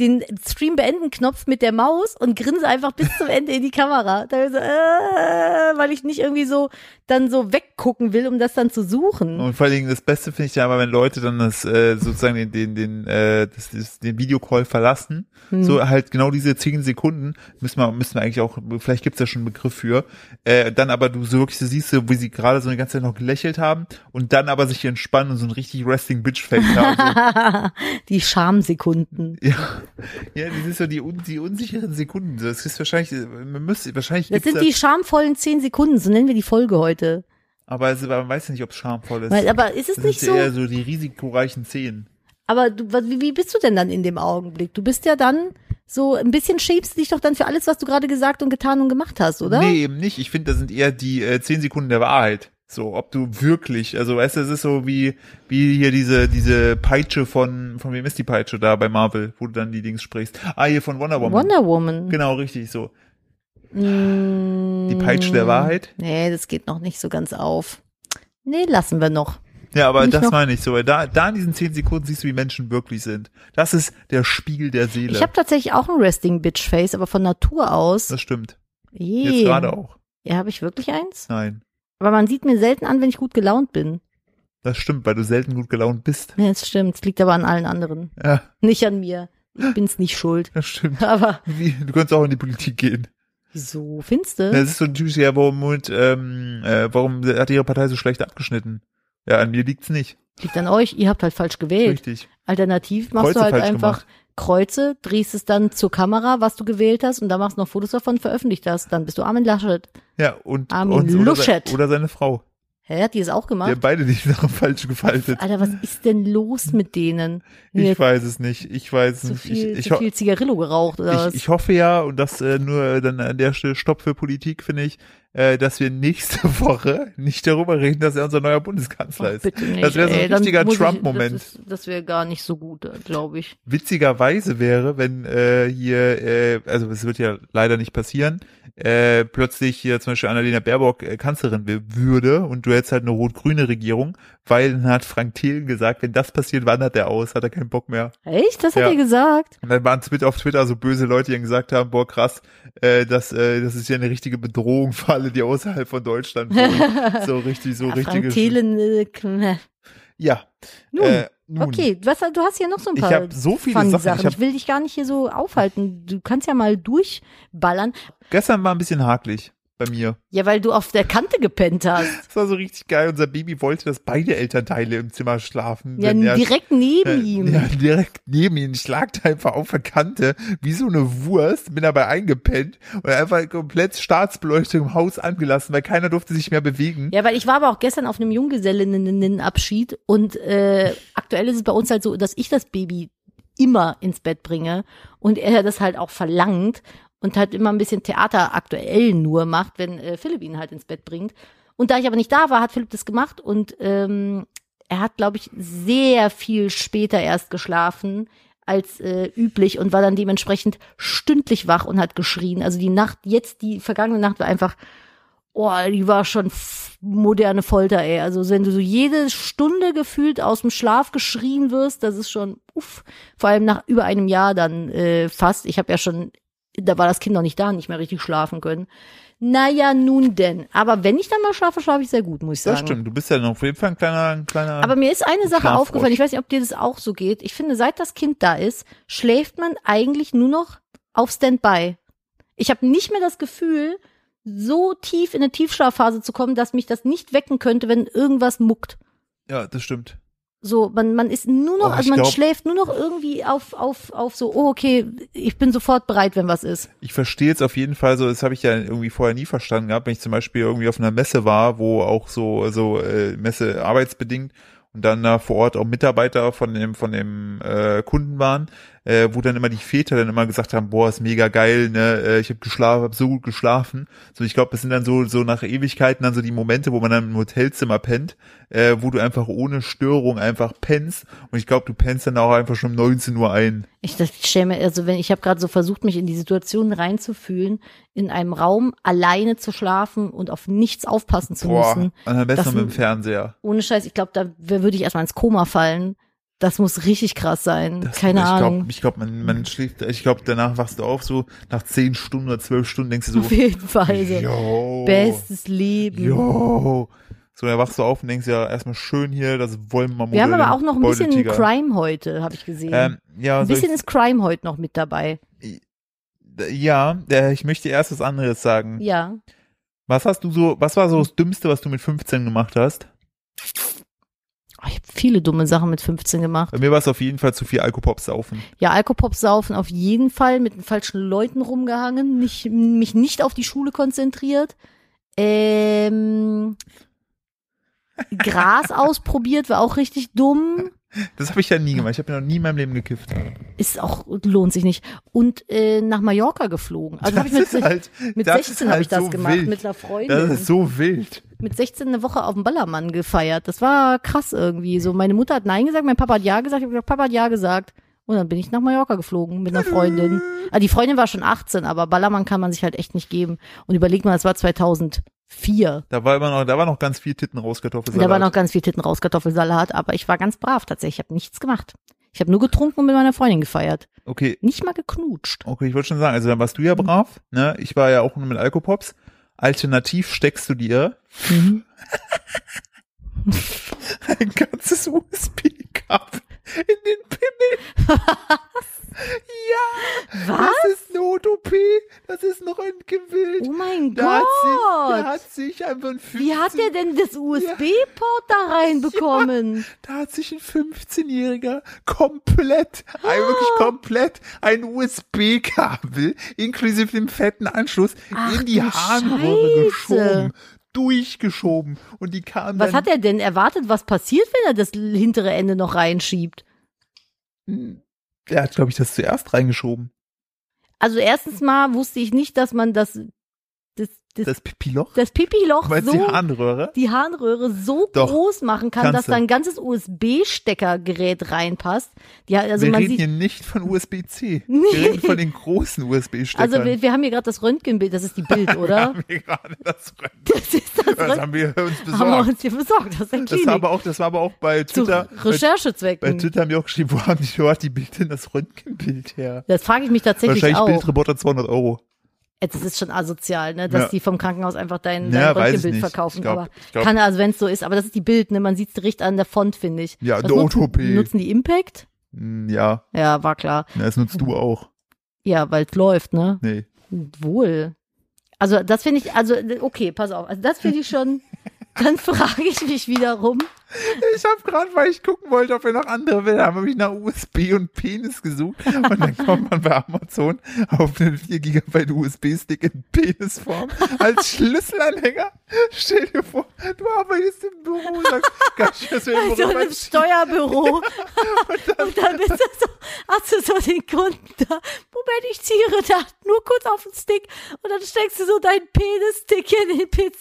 S1: den Stream beenden Knopf mit der Maus und grinse einfach bis zum Ende in die Kamera, Da bin ich so, äh, weil ich nicht irgendwie so dann so weggucken will, um das dann zu suchen.
S2: Und vor allen Dingen das Beste finde ich ja aber, wenn Leute dann das äh, sozusagen den den den, äh, das, das, den Videocall verlassen,
S1: Hm.
S2: so halt genau diese zehn Sekunden müssen wir müssen wir eigentlich auch vielleicht gibt's da schon einen Begriff für. Äh, dann aber du so wirklich so siehst so, wie sie gerade so eine ganze Zeit noch gelächelt haben und dann aber sich entspannen und so ein richtig resting bitch face haben. So,
S1: die Schamsekunden.
S2: ja, ja, das ist so die un- die unsicheren Sekunden. Das ist wahrscheinlich man müsste wahrscheinlich
S1: Das
S2: gibt's
S1: sind die schamvollen zehn Sekunden, so nennen wir die Folge heute.
S2: aber es, man weiß ja nicht, ob es schamvoll ist.
S1: Weil, aber ist es
S2: das
S1: nicht
S2: sind
S1: so?
S2: eher so die risikoreichen Zehen.
S1: Aber du, was- wie, wie bist du denn dann in dem Augenblick? Du bist ja dann so ein bisschen schäbst du dich doch dann für alles, was du gerade gesagt und getan und gemacht hast, oder?
S2: Nee, eben nicht. Ich finde, das sind eher die äh, 10 Sekunden der Wahrheit. So, ob du wirklich, also weißt du, es ist so wie, wie hier diese, diese Peitsche von, von wem ist die Peitsche da bei Marvel, wo du dann die Dings sprichst. Ah, hier von Wonder Woman.
S1: Wonder Woman.
S2: Genau, richtig, so.
S1: Mm,
S2: Die Peitsche der Wahrheit.
S1: Nee, das geht noch nicht so ganz auf. Nee, lassen wir noch.
S2: Ja, aber
S1: Nicht
S2: das
S1: noch-
S2: meine ich so, weil da, da in diesen 10 Sekunden siehst du, wie Menschen wirklich sind. Das ist der Spiegel der Seele.
S1: Ich habe tatsächlich auch ein Resting Bitch Face, aber von Natur aus.
S2: das stimmt. Jetzt
S1: Jetzt
S2: gerade auch.
S1: Ja, habe ich wirklich eins?
S2: Nein.
S1: Aber man sieht mir selten an, wenn ich gut gelaunt bin.
S2: Das stimmt, weil du selten gut gelaunt bist.
S1: Ja, das stimmt. Es liegt aber an allen anderen.
S2: Ja,
S1: Nicht an mir. Ich bin's nicht schuld.
S2: das stimmt.
S1: Aber
S2: Wie, du könntest auch in die Politik gehen.
S1: wieso? Finste?
S2: Das ist so ein typischer, ja, warum, und, ähm, äh, warum hat ihre Partei so schlecht abgeschnitten? Ja, an mir liegt's nicht.
S1: Liegt an euch. Ihr habt halt falsch gewählt.
S2: Richtig.
S1: Alternativ machst
S2: Kreuze
S1: du halt
S2: falsch
S1: einfach Kreuze, drehst es dann zur Kamera, was du gewählt hast, und da machst du noch Fotos davon, veröffentlicht das. Dann bist du Armin Laschet.
S2: Ja, und,
S1: Armin
S2: und oder, se-
S1: Laschet.
S2: oder seine Frau.
S1: Hä, hat die es auch
S2: Die haben
S1: gemacht?
S2: beide die Sachen falsch gefaltet.
S1: Alter, was ist denn los mit denen? Mir
S2: Ich weiß es nicht. Ich weiß es
S1: zu
S2: nicht.
S1: viel,
S2: ich, ich,
S1: zu
S2: ho-
S1: viel Zigarillo geraucht oder was?
S2: ich, ich hoffe ja, und das äh, nur äh, dann an der Stelle Stopp für Politik, finde ich, äh, dass wir nächste Woche nicht darüber reden, dass er unser neuer Bundeskanzler
S1: Ach,
S2: ist.
S1: bitte nicht.
S2: das wäre so ein
S1: ey, dann
S2: richtiger
S1: muss ich-
S2: Trump-Moment.
S1: Das, ist- das wäre gar nicht so gut, glaube ich.
S2: witzigerweise wäre, wenn äh, hier, äh, also es wird ja leider nicht passieren, äh, plötzlich hier zum Beispiel Annalena Baerbock äh, Kanzlerin w- würde und du hättest halt eine rot-grüne Regierung, weil dann hat Frank Thelen gesagt, wenn das passiert, wandert er aus, hat er keinen Bock mehr.
S1: Echt? Das hat
S2: Ja.
S1: er gesagt?
S2: Und dann waren Twitter auf Twitter so böse Leute, die dann gesagt haben, boah krass, äh, das, äh, das ist ja eine richtige Bedrohung für alle, die außerhalb von Deutschland wohnen. so richtig, so
S1: Ja,
S2: richtige.
S1: Frank Thelen, äh, k-
S2: Ja.
S1: Nun.
S2: äh, nun.
S1: Okay, was, du hast hier noch so ein
S2: Ich
S1: paar
S2: habe so viele
S1: Fun-Sachen.
S2: Sachen. Ich habe
S1: Ich will dich gar nicht hier so aufhalten. Du kannst ja mal durchballern.
S2: gestern war ein bisschen hakelig bei mir.
S1: Ja, weil du auf der Kante gepennt hast.
S2: Das war so richtig geil. Unser Baby wollte, dass beide Elternteile im Zimmer schlafen.
S1: Ja,
S2: wenn er-
S1: direkt neben
S2: äh,
S1: ihm.
S2: Ja, direkt neben ihm schlagt er einfach auf der Kante, wie so eine Wurst, bin dabei eingepennt und einfach komplett Staatsbeleuchtung im Haus angelassen, weil keiner durfte sich mehr bewegen.
S1: Ja, weil ich war aber auch gestern auf einem Junggesellinnenabschied und äh, aktuell ist es bei uns halt so, dass ich das Baby immer ins Bett bringe und er das halt auch verlangt und halt immer ein bisschen Theater aktuell nur macht, wenn äh, Philipp ihn halt ins Bett bringt. Und da ich aber nicht da war, hat Philipp das gemacht und ähm, er hat, glaube ich, sehr viel später erst geschlafen als äh, üblich und war dann dementsprechend stündlich wach und hat geschrien. Also die Nacht, jetzt die vergangene Nacht war einfach, oh, die war schon f- moderne Folter, ey. Also wenn du so jede Stunde gefühlt aus dem Schlaf geschrien wirst, das ist schon, uff, vor allem nach über einem Jahr dann äh, fast. Ich habe ja schon, da war das Kind noch nicht da, nicht mehr richtig schlafen können. Naja, nun denn. Aber wenn ich dann mal schlafe, schlafe ich sehr gut, muss ich sagen.
S2: Das stimmt, du bist ja noch auf jeden Fall ein kleiner, ein kleiner.
S1: Aber mir ist eine Sache
S2: Schlafrosch.
S1: aufgefallen, ich weiß nicht, ob dir das auch so geht. Ich finde, seit das Kind da ist, schläft man eigentlich nur noch auf Standby. Ich habe nicht mehr das Gefühl, so tief in eine Tiefschlafphase zu kommen, dass mich das nicht wecken könnte, wenn irgendwas muckt.
S2: ja, das stimmt.
S1: So, man, man ist nur noch,
S2: Oh,
S1: also
S2: ich
S1: man
S2: glaub-
S1: schläft nur noch irgendwie auf, auf, auf so, oh, okay, ich bin sofort bereit, wenn was ist.
S2: Ich verstehe jetzt auf jeden Fall so, das habe ich ja irgendwie vorher nie verstanden gehabt, wenn ich zum Beispiel irgendwie auf einer Messe war, wo auch so, so äh, Messe arbeitsbedingt und dann da vor Ort auch Mitarbeiter von dem, von dem äh, Kunden waren, äh, wo dann immer die Väter dann immer gesagt haben, boah, ist mega geil, ne, äh, ich habe geschlafen, habe so gut geschlafen. So, ich glaube, das sind dann so, so nach Ewigkeiten dann so die Momente, wo man dann im Hotelzimmer pennt, äh, wo du einfach ohne Störung einfach pennst und ich glaube, du pennst dann auch einfach schon um 19 Uhr ein.
S1: Ich, das- ich stelle mir, also wenn ich habe gerade so versucht, mich in die Situation reinzufühlen, in einem Raum alleine zu schlafen und auf nichts aufpassen zu müssen.
S2: und am besten
S1: Das-
S2: noch mit dem Fernseher.
S1: Ohne Scheiß, ich glaube, da w- würde ich erstmal ins Koma fallen. Das muss richtig krass sein.
S2: Das-
S1: Keine
S2: ich
S1: Ahnung.
S2: Glaub, ich glaube, man, man schläft, ich glaube, danach wachst du auf, so nach zehn Stunden oder zwölf Stunden denkst du
S1: Auf
S2: so,
S1: jeden Fall. So.
S2: yo,
S1: Bestes Leben.
S2: yo. So, dann wachst du auf und denkst ja erstmal schön hier, das wollen wir
S1: Wir haben aber auch noch ein bisschen Crime heute, habe ich gesehen.
S2: Ähm, ja,
S1: ein
S2: soll ich,
S1: bisschen ist Crime heute noch mit dabei.
S2: ja, äh, ich möchte erst was anderes sagen.
S1: Ja.
S2: Was hast du so, was war so das Dümmste, was du mit 15 gemacht hast?
S1: Oh, Ich habe viele dumme Sachen mit 15 gemacht.
S2: Bei mir war es auf jeden Fall zu viel Alkopops saufen.
S1: Ja, Alkopop saufen auf jeden Fall, mit den falschen Leuten rumgehangen, nicht, mich nicht auf die Schule konzentriert, ähm, Gras ausprobiert, war auch richtig dumm,
S2: Das habe ich ja nie gemacht. Ich habe ja noch nie in meinem Leben gekifft.
S1: ist auch, lohnt sich nicht. Und äh, nach Mallorca geflogen. Also hab ich mit,
S2: ist halt,
S1: mit
S2: das
S1: 16
S2: ist
S1: habe ich
S2: halt
S1: das
S2: so
S1: gemacht,
S2: wild.
S1: mit einer Freundin.
S2: Das ist so wild.
S1: mit 16 eine Woche auf dem Ballermann gefeiert. Das war krass irgendwie. So, meine Mutter hat Nein gesagt, mein Papa hat Ja gesagt, ich habe gesagt, Papa hat Ja gesagt. Und dann bin ich nach Mallorca geflogen mit einer Freundin. Ah, die Freundin war schon 18, aber Ballermann kann man sich halt echt nicht geben. Und überleg mal, das war 2004.
S2: Da war immer noch, da war noch ganz viel Titten
S1: Und da
S2: rauskartoffelsalat.
S1: war noch ganz viel Titten raus, Kartoffelsalat, aber ich war ganz brav tatsächlich. Ich habe nichts gemacht. Ich habe nur getrunken und mit meiner Freundin gefeiert.
S2: Okay,
S1: Nicht mal geknutscht.
S2: okay, ich wollte schon sagen, also dann warst du ja brav, ne? Ich war ja auch nur mit Alkopops. Alternativ steckst du dir Mhm. ein ganzes USB-Cup in den Pimmel. ja,
S1: Was?
S2: das ist eine OP, das ist noch ein Gewild.
S1: Oh mein
S2: da, Hat sich, da
S1: Gott!
S2: hat sich einfach ein 15,
S1: Wie hat der denn das USB-Port da reinbekommen?
S2: da hat sich ein 15-Jähriger komplett, ein,
S1: Ah.
S2: wirklich komplett ein USB-Kabel inklusive dem fetten Anschluss
S1: Ach,
S2: in die
S1: du
S2: Harnröhre
S1: Scheiße.
S2: geschoben, durchgeschoben und die kam
S1: Was
S2: dann
S1: hat er denn erwartet, was passiert, wenn er das hintere Ende noch reinschiebt?
S2: Hm. Er hat, glaube ich, das zuerst reingeschoben.
S1: Also erstens mal wusste ich nicht, dass man das das, das, das,
S2: Das Pipiloch?
S1: Pipi-Loch
S2: Meinst
S1: so
S2: du die Harnröhre?
S1: die Harnröhre so
S2: Doch,
S1: groß machen kann, dass
S2: kannst du.
S1: da ein ganzes USB-Steckergerät reinpasst. Ja, also
S2: wir
S1: man
S2: reden
S1: sieht,
S2: hier nicht von USB-C.
S1: Nee.
S2: Wir reden von den großen USB-Steckern.
S1: also wir, wir haben hier gerade das Röntgenbild, das ist die Bild, oder?
S2: haben wir gerade das,
S1: das ist das
S2: das
S1: Röntgenbild.
S2: haben wir
S1: Haben
S2: uns
S1: wir
S2: besorgt.
S1: uns hier besorgt aus der
S2: Das war, aber
S1: Klinik.
S2: auch, das war aber auch bei
S1: Zu
S2: Twitter. bei Bei
S1: Recherchezwecken.
S2: Twitter haben wir auch geschrieben, wo haben die, wo hat die Bild denn das Röntgenbild her?
S1: Das frage ich mich tatsächlich
S2: Wahrscheinlich
S1: auch.
S2: Bildreporter 200 Euro.
S1: Jetzt ist es schon asozial, ne, dass
S2: Ja.
S1: die vom Krankenhaus einfach dein, dein
S2: Ja, weiß ich
S1: Röntgenbild
S2: nicht.
S1: verkaufen.
S2: Ich glaub-
S1: aber
S2: ich glaub-
S1: kann also, wenn es so ist, aber das ist die Bild, ne, man sieht es direkt an der Font, finde ich.
S2: Ja,
S1: Was
S2: eine
S1: nutzen,
S2: Utopie.
S1: Nutzen die Impact?
S2: Hm, Ja,
S1: Ja, war klar.
S2: na, das nutzt
S1: Hm.
S2: du auch.
S1: Ja, weil es läuft, ne?
S2: Nee.
S1: Wohl. Also, das finde ich, also, okay, pass auf. Also, das finde ich schon, dann frage ich mich wiederum.
S2: Ich habe gerade, weil ich gucken wollte, ob wir noch andere Bilder haben, habe ich nach USB und Penis gesucht. Und dann kommt man bei Amazon auf einen 4 GB USB-Stick in Penisform als Schlüsselanhänger. Stell dir vor, du arbeitest im Büro und sagst, kann ich das
S1: Bei so einem Also Steuerbüro. Und dann bist du so, hast du so den Kunden da. Moment, ich ziehe da nur kurz auf den Stick und dann steckst du so deinen Penis-Stick in den PC.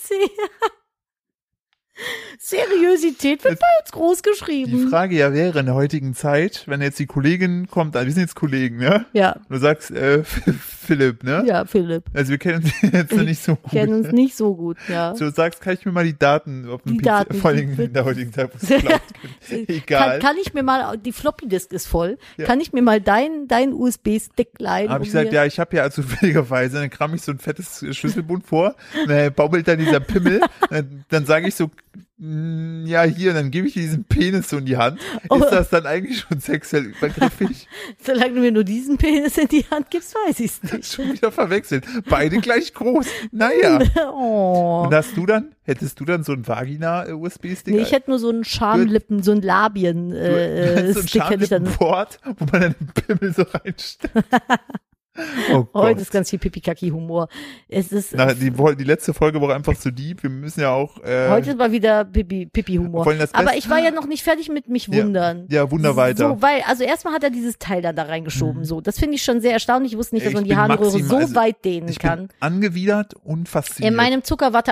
S1: Seriosität wird bei uns groß geschrieben.
S2: Die Frage ja wäre in der heutigen Zeit, wenn jetzt die Kollegin kommt, also wir sind jetzt Kollegen, ne?
S1: ja,
S2: Du sagst, äh, Philipp, ne?
S1: ja, Philipp.
S2: Also wir kennen uns jetzt noch nicht so gut.
S1: Kennen uns nicht so gut, ja.
S2: Du sagst, kann ich mir mal die Daten auf dem
S1: Die
S2: PC,
S1: Daten,
S2: vor
S1: die-
S2: allem in der heutigen Zeit, wo es Cloud gibt. Egal.
S1: Kann, kann ich mir mal, die Floppy-Disk ist voll,
S2: Ja.
S1: kann ich mir mal dein, dein USB-Stick leihen?
S2: Hab
S1: um
S2: ich gesagt,
S1: mir-
S2: ja, ich habe ja zufälligerweise, dann kram ich so ein fettes Schlüsselbund vor, dann baumelt dann dieser Pimmel, dann, dann sage ich so, mm, ja, hier, dann gebe ich dir diesen Penis so in die Hand. Ist
S1: Oh.
S2: das dann eigentlich schon sexuell übergriffig?
S1: Solange du mir nur diesen Penis in die Hand gibst, weiß ich es nicht.
S2: schon wieder verwechselt. Beide gleich groß. Naja.
S1: oh.
S2: Und hast du dann, hättest du dann so einen Vagina-USB-Stick?
S1: Nee, ich hätte nur so einen Schamlippen, so einen Labien-Stick
S2: so ein
S1: hätte ich dann.
S2: Port, wo man dann den Pimmel so reinsteckt. Oh Gott.
S1: Heute ist ganz viel Pipi-Kaki-Humor. Es ist,
S2: Na, die, die letzte Folge war einfach zu deep. Wir müssen ja auch äh,
S1: heute ist mal wieder Pipi- Pipi-Humor.
S2: Vor allem das
S1: Aber
S2: Beste-
S1: ich war ja noch nicht fertig mit mich wundern.
S2: Ja, ja wunder weiter. Mhm.
S1: So, weil, also erstmal hat er dieses Teil dann da reingeschoben, so. Das finde ich schon sehr erstaunlich. Ich wusste nicht, dass
S2: Ich
S1: man die
S2: bin
S1: Harnröhre
S2: maximal-
S1: so
S2: also,
S1: weit dehnen
S2: ich
S1: kann.
S2: bin angewidert und fasziniert.
S1: In meinem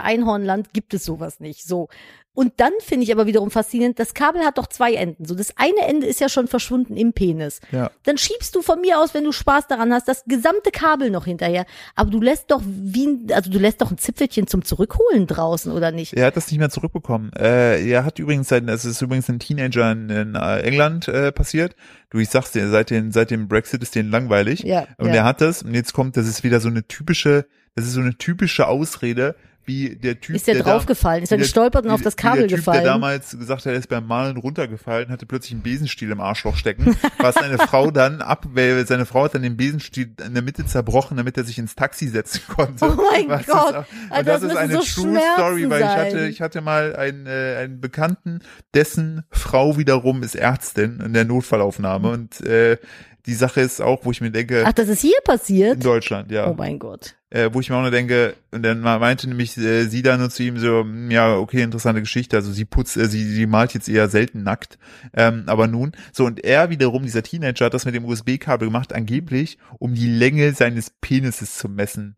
S1: Zuckerwatte-Einhornland gibt es sowas nicht. So. Und dann finde ich aber wiederum faszinierend, das Kabel hat doch zwei Enden. So, das eine Ende ist ja schon verschwunden im Penis.
S2: Ja.
S1: Dann schiebst du von mir aus, wenn du Spaß daran hast, das gesamte Kabel noch hinterher. Aber du lässt doch wie, ein- also du lässt doch ein Zipfelchen zum Zurückholen draußen, oder nicht?
S2: er hat das nicht mehr zurückbekommen. Äh, er hat übrigens, seit, es ist übrigens ein Teenager in, in äh, England äh, passiert. Du, ich sag's dir, seit, den, seit dem Brexit ist denen langweilig.
S1: Ja,
S2: Und
S1: ja.
S2: er hat das. Und jetzt kommt, das ist wieder so eine typische, das ist so eine typische Ausrede, wie der Typ,
S1: Ist der,
S2: da-
S1: draufgefallen? Ist er
S2: wie der-
S1: gestolpert und
S2: wie-
S1: auf das
S2: wie der
S1: Kabel
S2: typ,
S1: gefallen?
S2: Der damals gesagt hat, er ist beim Malen runtergefallen, hatte plötzlich einen Besenstiel im Arschloch stecken, was seine Frau dann ab, weil seine Frau hat dann den Besenstiel in der Mitte zerbrochen, damit er sich ins Taxi setzen konnte.
S1: Oh mein
S2: was
S1: Gott.
S2: Ist, auch-
S1: Alter,
S2: und das,
S1: das
S2: ist
S1: müssen
S2: eine
S1: so
S2: True Story,
S1: Schmerzen
S2: weil ich
S1: sein.
S2: hatte, ich hatte mal einen, äh, einen Bekannten, dessen Frau wiederum ist Ärztin in der Notfallaufnahme und äh, die Sache ist auch, wo ich mir denke,
S1: Mhm. Ach, das ist hier
S2: in
S1: passiert?
S2: Deutschland, ja
S1: Oh mein Gott.
S2: äh, wo ich mir auch nur denke, und dann me- meinte nämlich äh, sie dann nur zu ihm so, "Hm, ja, okay, interessante Geschichte, also sie putzt, äh, sie, sie malt jetzt eher selten nackt, ähm, aber nun, so, und er wiederum, dieser Teenager, hat das mit dem USB-Kabel gemacht, angeblich, um die Länge seines Penises zu messen.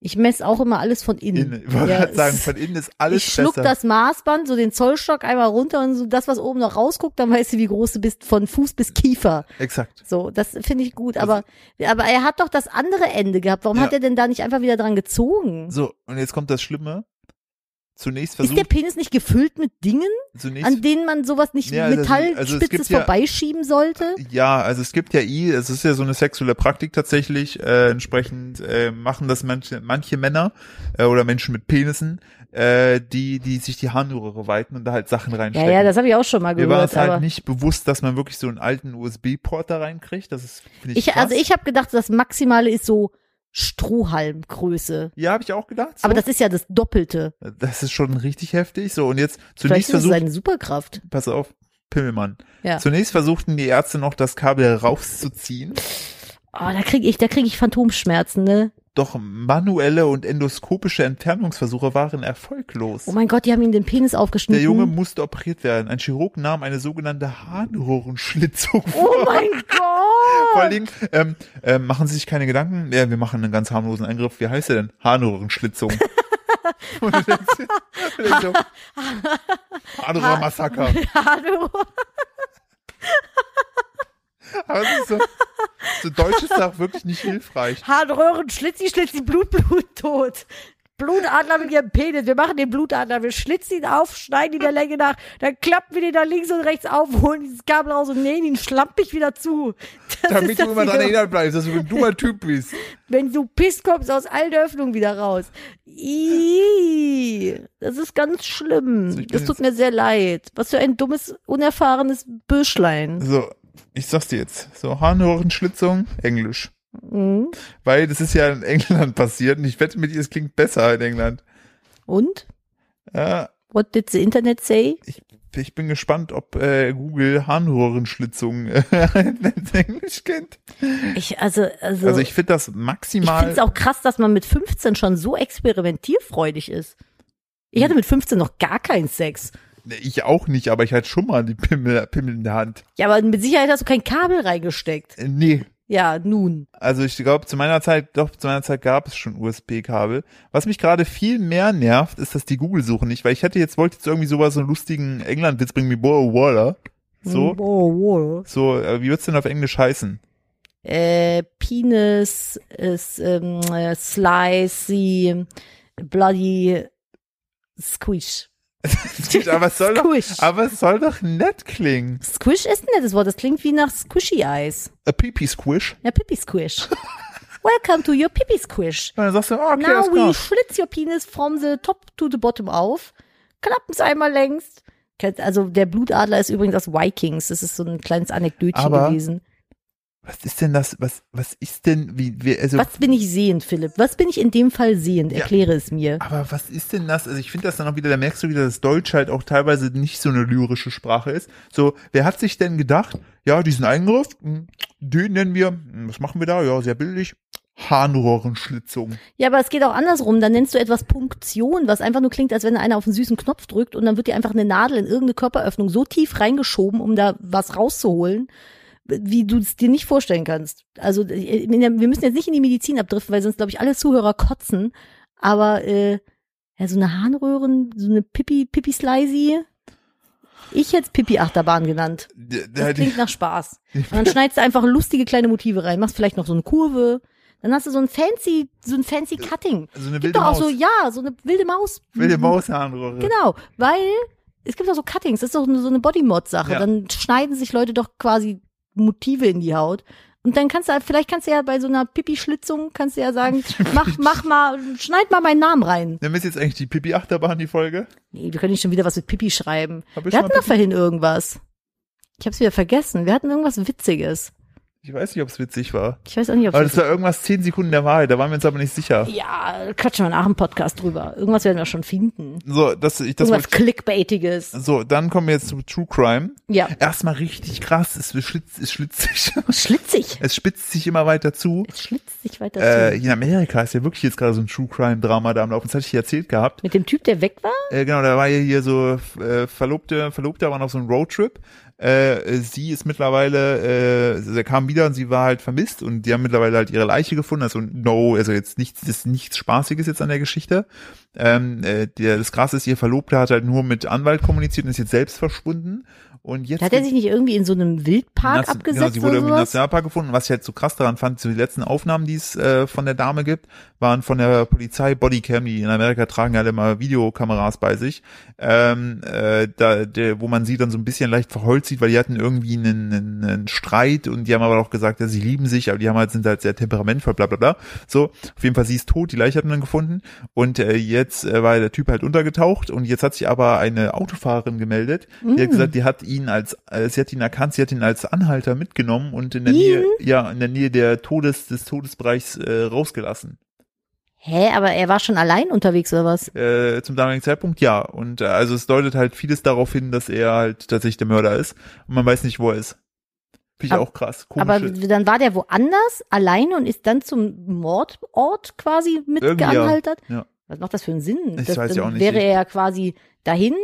S1: Ich messe auch immer alles von innen.
S2: Innen, ich wollte
S1: Ja,
S2: gerade sagen,
S1: es-
S2: von innen ist alles
S1: ich schluck
S2: besser.
S1: das Maßband, so den Zollstock einmal runter und so das, was oben noch rausguckt, dann weißt du, wie groß du bist, von Fuß bis Kiefer.
S2: Exakt.
S1: So, das finde ich gut. Aber, aber er hat doch das andere Ende gehabt. Warum
S2: Ja.
S1: hat er denn da nicht einfach wieder dran gezogen?
S2: So, und jetzt kommt das Schlimme. Zunächst
S1: Ist der
S2: versucht,
S1: Penis nicht gefüllt mit Dingen,
S2: zunächst
S1: an denen man sowas nicht
S2: Ja, also- also es
S1: metallspitzes
S2: gibt ja-
S1: vorbeischieben sollte?
S2: Ja, also es gibt ja eh, es ist ja so eine sexuelle Praktik tatsächlich. Äh, entsprechend äh, machen das manche, manche Männer äh, oder Menschen mit Penissen, äh, die, die sich die Harnröhre weiten und da halt Sachen
S1: Ja,
S2: reinstecken.
S1: ja, das habe ich auch schon mal
S2: Mir war es
S1: gehört.
S2: halt
S1: aber
S2: nicht bewusst, dass man wirklich so einen alten USB-Port da reinkriegt. Das ist finde ich,
S1: ich, also
S2: krass.
S1: ich habe gedacht, das Maximale ist so Strohhalmgröße.
S2: ja, habe ich auch gedacht. So.
S1: Aber das ist ja das Doppelte.
S2: das ist schon richtig heftig. So und jetzt
S1: Vielleicht
S2: zunächst
S1: ist es
S2: versucht,
S1: seine Superkraft.
S2: pass auf, Pimmelmann.
S1: Ja.
S2: Zunächst versuchten die Ärzte noch das Kabel rauszuziehen.
S1: Oh, da kriege ich, da kriege ich Phantomschmerzen, ne?
S2: Doch manuelle und endoskopische Entfernungsversuche waren erfolglos.
S1: Oh mein Gott, die haben ihm den Penis aufgeschnitten.
S2: Der Junge musste operiert werden. Ein Chirurg nahm eine sogenannte Harnröhrenschlitzung
S1: oh
S2: vor.
S1: mein
S2: Vor allen
S1: Gott!
S2: Dingen, ähm, ähm, machen Sie sich keine Gedanken. Ja, wir machen einen ganz harmlosen Eingriff. Wie heißt der denn? Harnröhrenschlitzung. Und du denkst dir- du denkst dir so, Harnröhrenmassaker.
S1: Hallo.
S2: Aber es ist so, so Deutsch ist da auch wirklich nicht hilfreich.
S1: Harnröhren, Schlitzi, Schlitzi, Blut, Blut, tot. Blutadler mit ihrem Penis. Wir machen den Blutadler. Wir schlitzen ihn auf, schneiden ihn der Länge nach, dann klappen wir den da links und rechts auf, holen dieses Kabel raus und nähen ihn schlampig wieder zu. Das
S2: Damit
S1: ist
S2: du
S1: das
S2: immer dran
S1: Video.
S2: erinnert bleibst, dass du ein dummer Typ bist.
S1: Wenn du pisst, kommst du aus allen Öffnungen wieder raus. Ii, das ist ganz schlimm.
S2: Also ich bin
S1: das tut
S2: jetzt-
S1: mir sehr leid. Was für ein dummes, unerfahrenes Büschlein.
S2: So, ich sag's dir jetzt. So, Harnröhrenschlitzung, Englisch.
S1: Mhm.
S2: Weil das ist ja in England passiert und ich wette mit dir, es klingt besser in England.
S1: Und?
S2: Ja,
S1: What did the Internet say?
S2: ich, ich bin gespannt, ob äh, Google Harnröhrenschlitzung äh, in Englisch kennt.
S1: Ich, also, also,
S2: Also ich finde das
S1: Ich finde
S2: maximal.
S1: es auch krass, dass man mit 15 schon so experimentierfreudig ist. Ich
S2: Mhm.
S1: hatte mit 15 noch gar keinen Sex.
S2: Nee, ich halt auch nicht, aber ich hatte schon mal die Pimmel, Pimmel in der Hand.
S1: Ja, aber mit Sicherheit hast du kein Kabel reingesteckt.
S2: Äh, Nee,
S1: Ja, nun.
S2: Also ich glaube, zu meiner Zeit, doch, zu meiner Zeit gab es schon USB-Kabel. Was mich gerade viel mehr nervt, ist, dass die Google-Suche nicht, weil ich hätte jetzt, wollte jetzt irgendwie sowas, so einen lustigen England-Witz bringen wie Boa Waller.
S1: Hm,
S2: So,
S1: Wow, wow.
S2: so, äh, wie wird's denn auf Englisch heißen?
S1: Äh, Penis, ist, ähm, äh, Slicey, Bloody Squish.
S2: aber es soll doch,
S1: Squish.
S2: aber es soll doch nett klingen.
S1: Squish ist ein nettes Wort. Das klingt wie nach Squishy-Eis.
S2: A pee squish.
S1: Ja, Pipi-Squish. Welcome to your Pipi-Squish.
S2: Und dann sagst du, oh, okay,
S1: Now
S2: alles
S1: we
S2: klar.
S1: schlitz your penis from the top to the bottom auf. Klappen's einmal längst. Kennt- Also der Blutadler ist übrigens aus Vikings. Das ist so ein kleines Anekdötchen
S2: Aber-
S1: gewesen.
S2: Was ist denn das, was, was ist denn, wie, wie also,
S1: Was bin ich sehend, Philipp? Was bin ich in dem Fall sehend?
S2: Ja.
S1: Erkläre es mir.
S2: aber was ist denn das? Also ich finde das dann auch wieder, da merkst du wieder, dass Deutsch halt auch teilweise nicht so eine lyrische Sprache ist. So, wer hat sich denn gedacht, ja, diesen Eingriff, hm, den nennen wir, hm, was machen wir da? Ja, sehr billig. Harnröhrenschlitzung.
S1: Ja, aber es geht auch andersrum. Dann nennst du etwas Punktion, was einfach nur klingt, als wenn einer auf einen süßen Knopf drückt und dann wird dir einfach eine Nadel in irgendeine Körperöffnung so tief reingeschoben, um da was rauszuholen, wie du es dir nicht vorstellen kannst. Also äh, in der- wir müssen jetzt nicht in die Medizin abdriften, weil sonst, glaube ich, alle Zuhörer kotzen. Aber äh, ja, so eine Harnröhren, so eine Pipi, Pipi Slicey. Ich hätte Pipi-Achterbahn genannt.
S2: D-
S1: Das
S2: da- die-
S1: klingt nach Spaß. Und dann schneidest du einfach lustige kleine Motive rein, machst vielleicht noch so eine Kurve. Dann hast du so ein fancy, so ein fancy Cutting.
S2: So also eine
S1: Gibt
S2: wilde
S1: doch auch
S2: Maus.
S1: so, ja, so eine wilde Maus.
S2: wilde Mausharnröhre.
S1: Genau, weil es gibt auch so Cuttings, das ist doch so eine Bodymod-Sache.
S2: Ja.
S1: Dann schneiden sich Leute doch quasi Motive in die Haut. Und dann kannst du, halt- vielleicht kannst du ja bei so einer Pipi-Schlitzung, kannst du ja sagen, mach, mach mal, schneid mal meinen Namen rein.
S2: Dann ist jetzt eigentlich die Pipi-Achterbahn die Folge.
S1: Nee, wir können nicht schon wieder was mit Pipi schreiben.
S2: Hab ich
S1: Wir
S2: schon
S1: hatten
S2: mal
S1: doch vorhin irgendwas. Ich hab's wieder vergessen. Wir hatten irgendwas Witziges.
S2: Ich weiß nicht, ob es witzig war.
S1: Ich weiß auch nicht, ob
S2: Aber das war irgendwas 10 Sekunden der Wahrheit, da waren wir uns aber nicht sicher.
S1: Ja, quatschen wir nach dem Podcast drüber. Irgendwas werden wir schon finden.
S2: So, das, ich, das
S1: Irgendwas
S2: wollte
S1: Clickbaitiges.
S2: ich, so, dann kommen wir jetzt zu True Crime.
S1: Ja.
S2: Erstmal richtig krass, es schlitzt, es schlitzt sich,
S1: Schlitzig.
S2: es spitzt sich immer weiter zu.
S1: Es schlitzt sich weiter
S2: Äh,
S1: zu.
S2: in Amerika ist ja wirklich jetzt gerade so ein True Crime Drama da am Laufen. Das hatte ich dir erzählt gehabt.
S1: Mit dem Typ, der weg war?
S2: Äh, genau, da war ja hier so äh, Verlobte, Verlobter waren auf so einem Roadtrip. Äh, sie ist mittlerweile, äh, sie kam wieder und sie war halt vermisst und die haben mittlerweile halt ihre Leiche gefunden. Also no, also jetzt nichts, das ist nichts Spaßiges jetzt an der Geschichte. Ähm, äh, der, das Krasse ist, ihr Verlobter hat halt nur mit Anwalt kommuniziert und ist jetzt selbst verschwunden. Und jetzt
S1: Hat er sich nicht irgendwie in so einem Wildpark
S2: Nation-
S1: abgesetzt
S2: genau, sie wurde
S1: oder
S2: irgendwie im
S1: sowas?
S2: Nationalpark gefunden. Was ich halt so krass daran fand, so die letzten Aufnahmen, die es äh, von der Dame gibt, waren von der Polizei Bodycam, die in Amerika tragen ja alle immer Videokameras bei sich, ähm, äh, da, der, wo man sie dann so ein bisschen leicht verheult sieht, weil die hatten irgendwie einen, einen, einen Streit und die haben aber auch gesagt, ja, sie lieben sich, aber die haben halt, sind halt sehr temperamentvoll, bla bla bla. So, auf jeden Fall, sie ist tot, die Leiche hat man dann gefunden und äh, jetzt äh, war der Typ halt untergetaucht und jetzt hat sich aber eine Autofahrerin gemeldet, die
S1: Mm.
S2: hat gesagt, die hat ihn als, äh, sie hat ihn erkannt, sie hat ihn als Anhalter mitgenommen und in der
S1: Ihn?
S2: Nähe, ja, in der Nähe der Todes, des Todesbereichs äh, rausgelassen.
S1: Hä, aber er war schon allein unterwegs oder was?
S2: Äh, zum damaligen Zeitpunkt ja. Und äh, also es deutet halt vieles darauf hin, dass er halt tatsächlich der Mörder ist und man weiß nicht, wo er ist. Finde ich
S1: Ab-
S2: auch krass.
S1: Aber
S2: Komische,
S1: dann war der woanders, alleine und ist dann zum Mordort quasi
S2: Irgendwie ja.
S1: mitgeanhaltert?
S2: Ja.
S1: Was macht das für einen Sinn?
S2: Ich
S1: das,
S2: weiß
S1: dann
S2: ja auch nicht.
S1: Wäre
S2: Ich-
S1: er ja quasi dahin,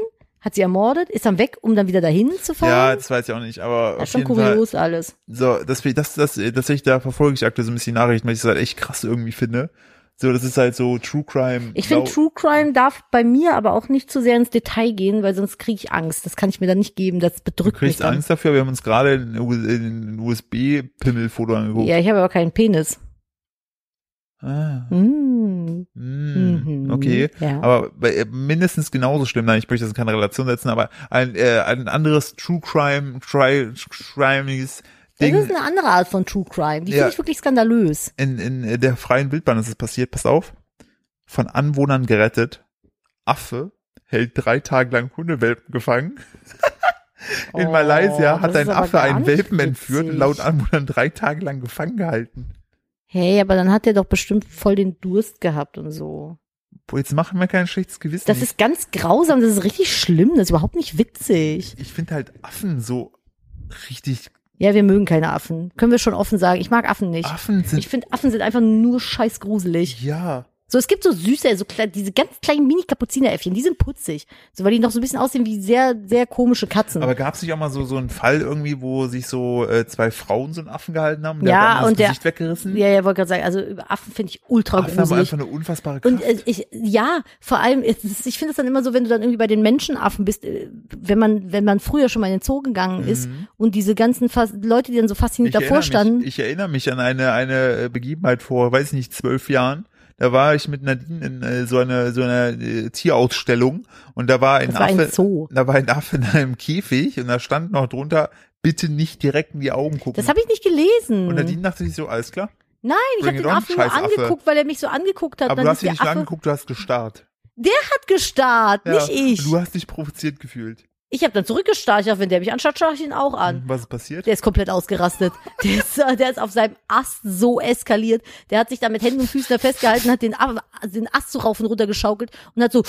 S1: hat sie ermordet, ist dann weg, um dann wieder dahin zu fahren?
S2: ja, das weiß ich auch nicht, aber
S1: das
S2: auf
S1: ist schon
S2: jeden Fall.
S1: kurios alles.
S2: So, das, das, das, äh, das ich da verfolge ich aktuell so ein bisschen die Nachrichten, weil ich das halt echt krass irgendwie finde. So, das ist halt so True Crime.
S1: Ich finde,
S2: Lau-
S1: True Crime darf bei mir aber auch nicht zu sehr ins Detail gehen, weil sonst kriege ich Angst. Das kann ich mir dann nicht geben. Das
S2: Du
S1: bedrückt mich
S2: kriegst
S1: dann.
S2: Angst dafür, wir haben uns gerade ein U- ein USB-Pimmel-Foto angeguckt.
S1: Ja, ich habe aber keinen Penis.
S2: Ah,
S1: Mm.
S2: mm,
S1: Mhm.
S2: okay.
S1: Ja.
S2: Aber bei- äh, mindestens genauso schlimm, nein, ich möchte das in keine Relation setzen, aber ein, äh, ein anderes True Crime, Tri Crimes
S1: Das ist
S2: Ding
S1: eine andere Art von True Crime. Die
S2: Ja.
S1: finde ich wirklich skandalös.
S2: in, in äh, der freien Wildbahn ist es passiert, pass auf. Von Anwohnern gerettet. Affe hält drei Tage lang Hundewelpen gefangen. In
S1: Oh,
S2: Malaysia hat
S1: das ist
S2: ein
S1: aber
S2: Affe
S1: gar
S2: einen
S1: nicht
S2: Welpen entführt und
S1: witzig.
S2: laut Anwohnern drei Tage lang gefangen gehalten.
S1: Hey, aber dann hat der doch bestimmt voll den Durst gehabt und so.
S2: Boah, jetzt machen wir kein schlechtes Gewissen.
S1: Das ist ganz grausam, das ist richtig schlimm, das ist überhaupt nicht witzig.
S2: ich ich finde halt Affen so richtig.
S1: Ja, wir mögen keine Affen. Können wir schon offen sagen. Ich mag Affen nicht.
S2: Affen sind.
S1: Ich finde, Affen sind einfach nur scheiß gruselig.
S2: ja.
S1: So, es gibt so süße, so kle diese ganz kleinen Mini-Kapuzineräffchen, die sind putzig. So, weil die noch so ein bisschen aussehen wie sehr, sehr komische Katzen.
S2: Aber gab es nicht auch mal so, so einen Fall irgendwie, wo sich so äh, zwei Frauen so einen Affen gehalten haben? und der
S1: Ja,
S2: hat dann das
S1: und der-
S2: Gesicht weggerissen?
S1: ja, ja, wollte gerade sagen, also über Affen finde ich ultra
S2: Affen haben
S1: gruselig.
S2: einfach eine unfassbare Kraft.
S1: Und äh, ich, ja, vor allem, es ist- ich finde es dann immer so, wenn du dann irgendwie bei den Menschenaffen bist, äh, wenn man, wenn man früher schon mal in den Zoo gegangen ist und diese ganzen Fas Leute, die dann so fasziniert davor
S2: erinnere
S1: standen.
S2: mich, Mhm. ich erinnere mich an eine, eine äh, Begebenheit vor, weiß ich nicht, zwölf Jahren. Da war ich mit Nadine in äh, so einer so einer äh, Tierausstellung und da war ein
S1: Das war ein
S2: Affe,
S1: Zoo.
S2: da war ein Affe in einem Käfig und da stand noch drunter, bitte nicht direkt in die Augen gucken.
S1: das habe ich nicht gelesen.
S2: und Nadine dachte sich so, alles klar.
S1: Nein, ich
S2: Bring
S1: habe
S2: it
S1: den
S2: on,
S1: Affen nur
S2: scheiß Affe.
S1: angeguckt, weil er mich so angeguckt hat.
S2: Aber
S1: dann
S2: du
S1: ist
S2: hast dich
S1: der
S2: nicht
S1: Affe
S2: lang geguckt, du hast gestarrt.
S1: hat gestarrt,
S2: Ja.
S1: nicht ich.
S2: Und Du hast dich provoziert gefühlt.
S1: Ich habe dann zurückgestarrt, ja, wenn der mich anschaut, starre ich ihn auch an.
S2: Was ist passiert?
S1: Der ist komplett ausgerastet. Der ist, äh, der ist auf seinem Ast so eskaliert. Der hat sich da mit Händen und Füßen da festgehalten, hat den, Ab- den Ast so rauf und runter geschaukelt und hat so,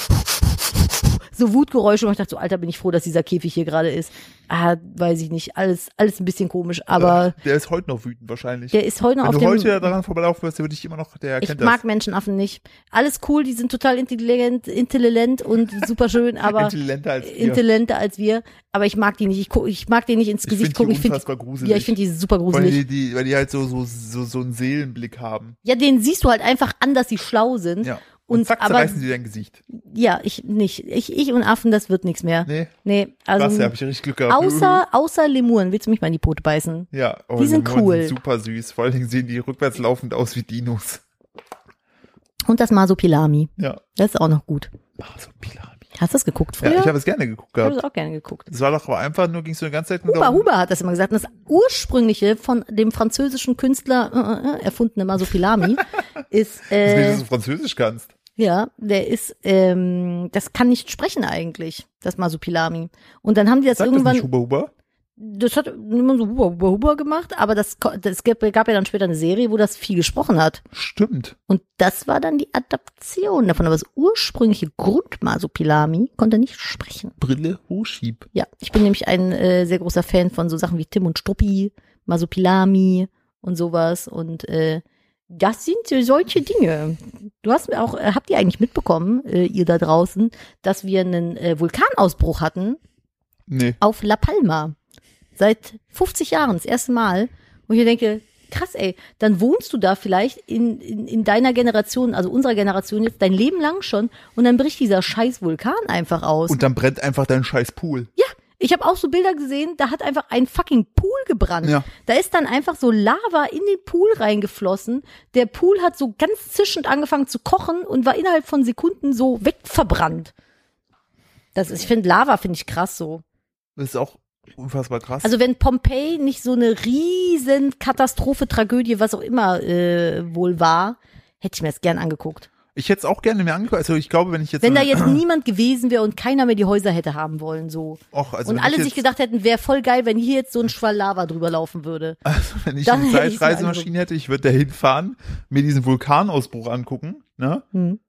S1: so Wutgeräusche. Und ich dachte so, Alter, bin ich froh, dass dieser Käfig hier gerade ist. Ah, weiß ich nicht. Alles, alles ein bisschen komisch, aber
S2: Äh, der ist heute noch wütend wahrscheinlich.
S1: der ist heute noch
S2: Wenn
S1: auf
S2: du
S1: dem,
S2: heute daran vorbeilaufen wirst, würde ich immer noch, der
S1: ich
S2: erkennt
S1: mag Menschenaffen nicht. Alles cool, die sind total intelligent, intelligent und super schön,
S2: das.
S1: aber
S2: Intelligenter als wir.
S1: intelligenter als wir. Aber ich mag die nicht. Ich, gu- ich mag denen nicht ins
S2: Ich
S1: Gesicht gucken.
S2: finde die
S1: Ich finde,
S2: unfassbar gruselig.
S1: ja, ich finde die super
S2: Weil
S1: gruselig.
S2: die, die, weil die halt so, so, so, so einen Seelenblick haben.
S1: Ja, den siehst du halt einfach an, dass sie schlau sind.
S2: Ja. Und,
S1: Und,
S2: zack,
S1: aber
S2: zerreißen sie dein Gesicht.
S1: ja, ich nicht. Ich, ich und Affen, das wird nichts mehr. Nee,
S2: Nee,
S1: also
S2: was, da hab ich richtig Glück gehabt.
S1: außer außer Lemuren, willst du mich mal in die Pote beißen?
S2: ja, oh,
S1: die sind
S2: Lemuren
S1: cool.
S2: super süß. Vor allen Dingen sehen die rückwärts laufend aus wie Dinos.
S1: Und das Masopilami,
S2: Ja.
S1: das ist auch noch gut.
S2: Ach, so Pilami.
S1: Hast du das geguckt
S2: Ja,
S1: früher?
S2: ich habe es gerne geguckt
S1: ich habe
S2: gehabt. Genau.
S1: das auch gerne geguckt.
S2: Es war doch aber einfach, nur ging so eine ganze Zeit nur
S1: Huber,
S2: darum-
S1: Huber hat das immer gesagt. Und das ursprüngliche von dem französischen Künstler äh, äh, erfundene Masopilami ist
S2: dass du
S1: äh,
S2: nicht so Französisch kannst.
S1: Ja, der ist, ähm, das kann nicht sprechen eigentlich, das Masupilami. Und dann haben die das
S2: Sag das
S1: irgendwann,
S2: nicht Huber Huber.
S1: das, hat niemand so huber, huber, huber gemacht, aber das, ko- das gab, gab ja dann später eine Serie, wo das viel gesprochen hat.
S2: Stimmt.
S1: Und das war dann die Adaption davon. Aber das ursprüngliche Grund-Masupilami konnte nicht sprechen.
S2: Brille hochschieb.
S1: Ja, ich bin nämlich ein äh, sehr großer Fan von so Sachen wie Tim und Struppi, Masupilami und sowas. Und äh, das sind so solche Dinge. Du hast mir auch, äh, habt ihr eigentlich mitbekommen, äh, ihr da draußen, dass wir einen äh, Vulkanausbruch hatten
S2: Nee.
S1: auf La Palma. Seit 50 Jahren, das erste Mal. Und ich denke, krass, ey, dann wohnst du da vielleicht in, in, in deiner Generation, also unserer Generation jetzt, dein Leben lang schon, und dann bricht dieser scheiß Vulkan einfach aus.
S2: Und dann brennt einfach dein scheiß Pool.
S1: Ja, ich habe auch so Bilder gesehen, da hat einfach ein fucking Pool gebrannt.
S2: Ja.
S1: Da ist dann einfach so Lava in den Pool reingeflossen. Der Pool hat so ganz zischend angefangen zu kochen und war innerhalb von Sekunden so wegverbrannt. Das ist, ich finde Lava finde ich krass so.
S2: Das ist auch unfassbar krass.
S1: Also wenn Pompeji nicht so eine riesen Katastrophe, Tragödie, was auch immer äh, wohl war, hätte ich mir das gern angeguckt.
S2: ich hätte es auch gerne mir angeguckt. Also ich glaube, wenn ich jetzt.
S1: Wenn
S2: so
S1: da
S2: eine-
S1: jetzt niemand gewesen wäre und keiner mehr die Häuser hätte haben wollen, so.
S2: Och, also
S1: und
S2: wenn ich
S1: alle
S2: jetzt,
S1: sich gedacht hätten, wäre voll geil, wenn hier jetzt so ein Schwall Lava drüber laufen würde.
S2: Ah, wenn ich
S1: Dann
S2: eine
S1: hätte ich's mir
S2: Zeitreisemaschine hätte, ich würde da hinfahren, mir diesen Vulkanausbruch angucken, ne?
S1: Hm.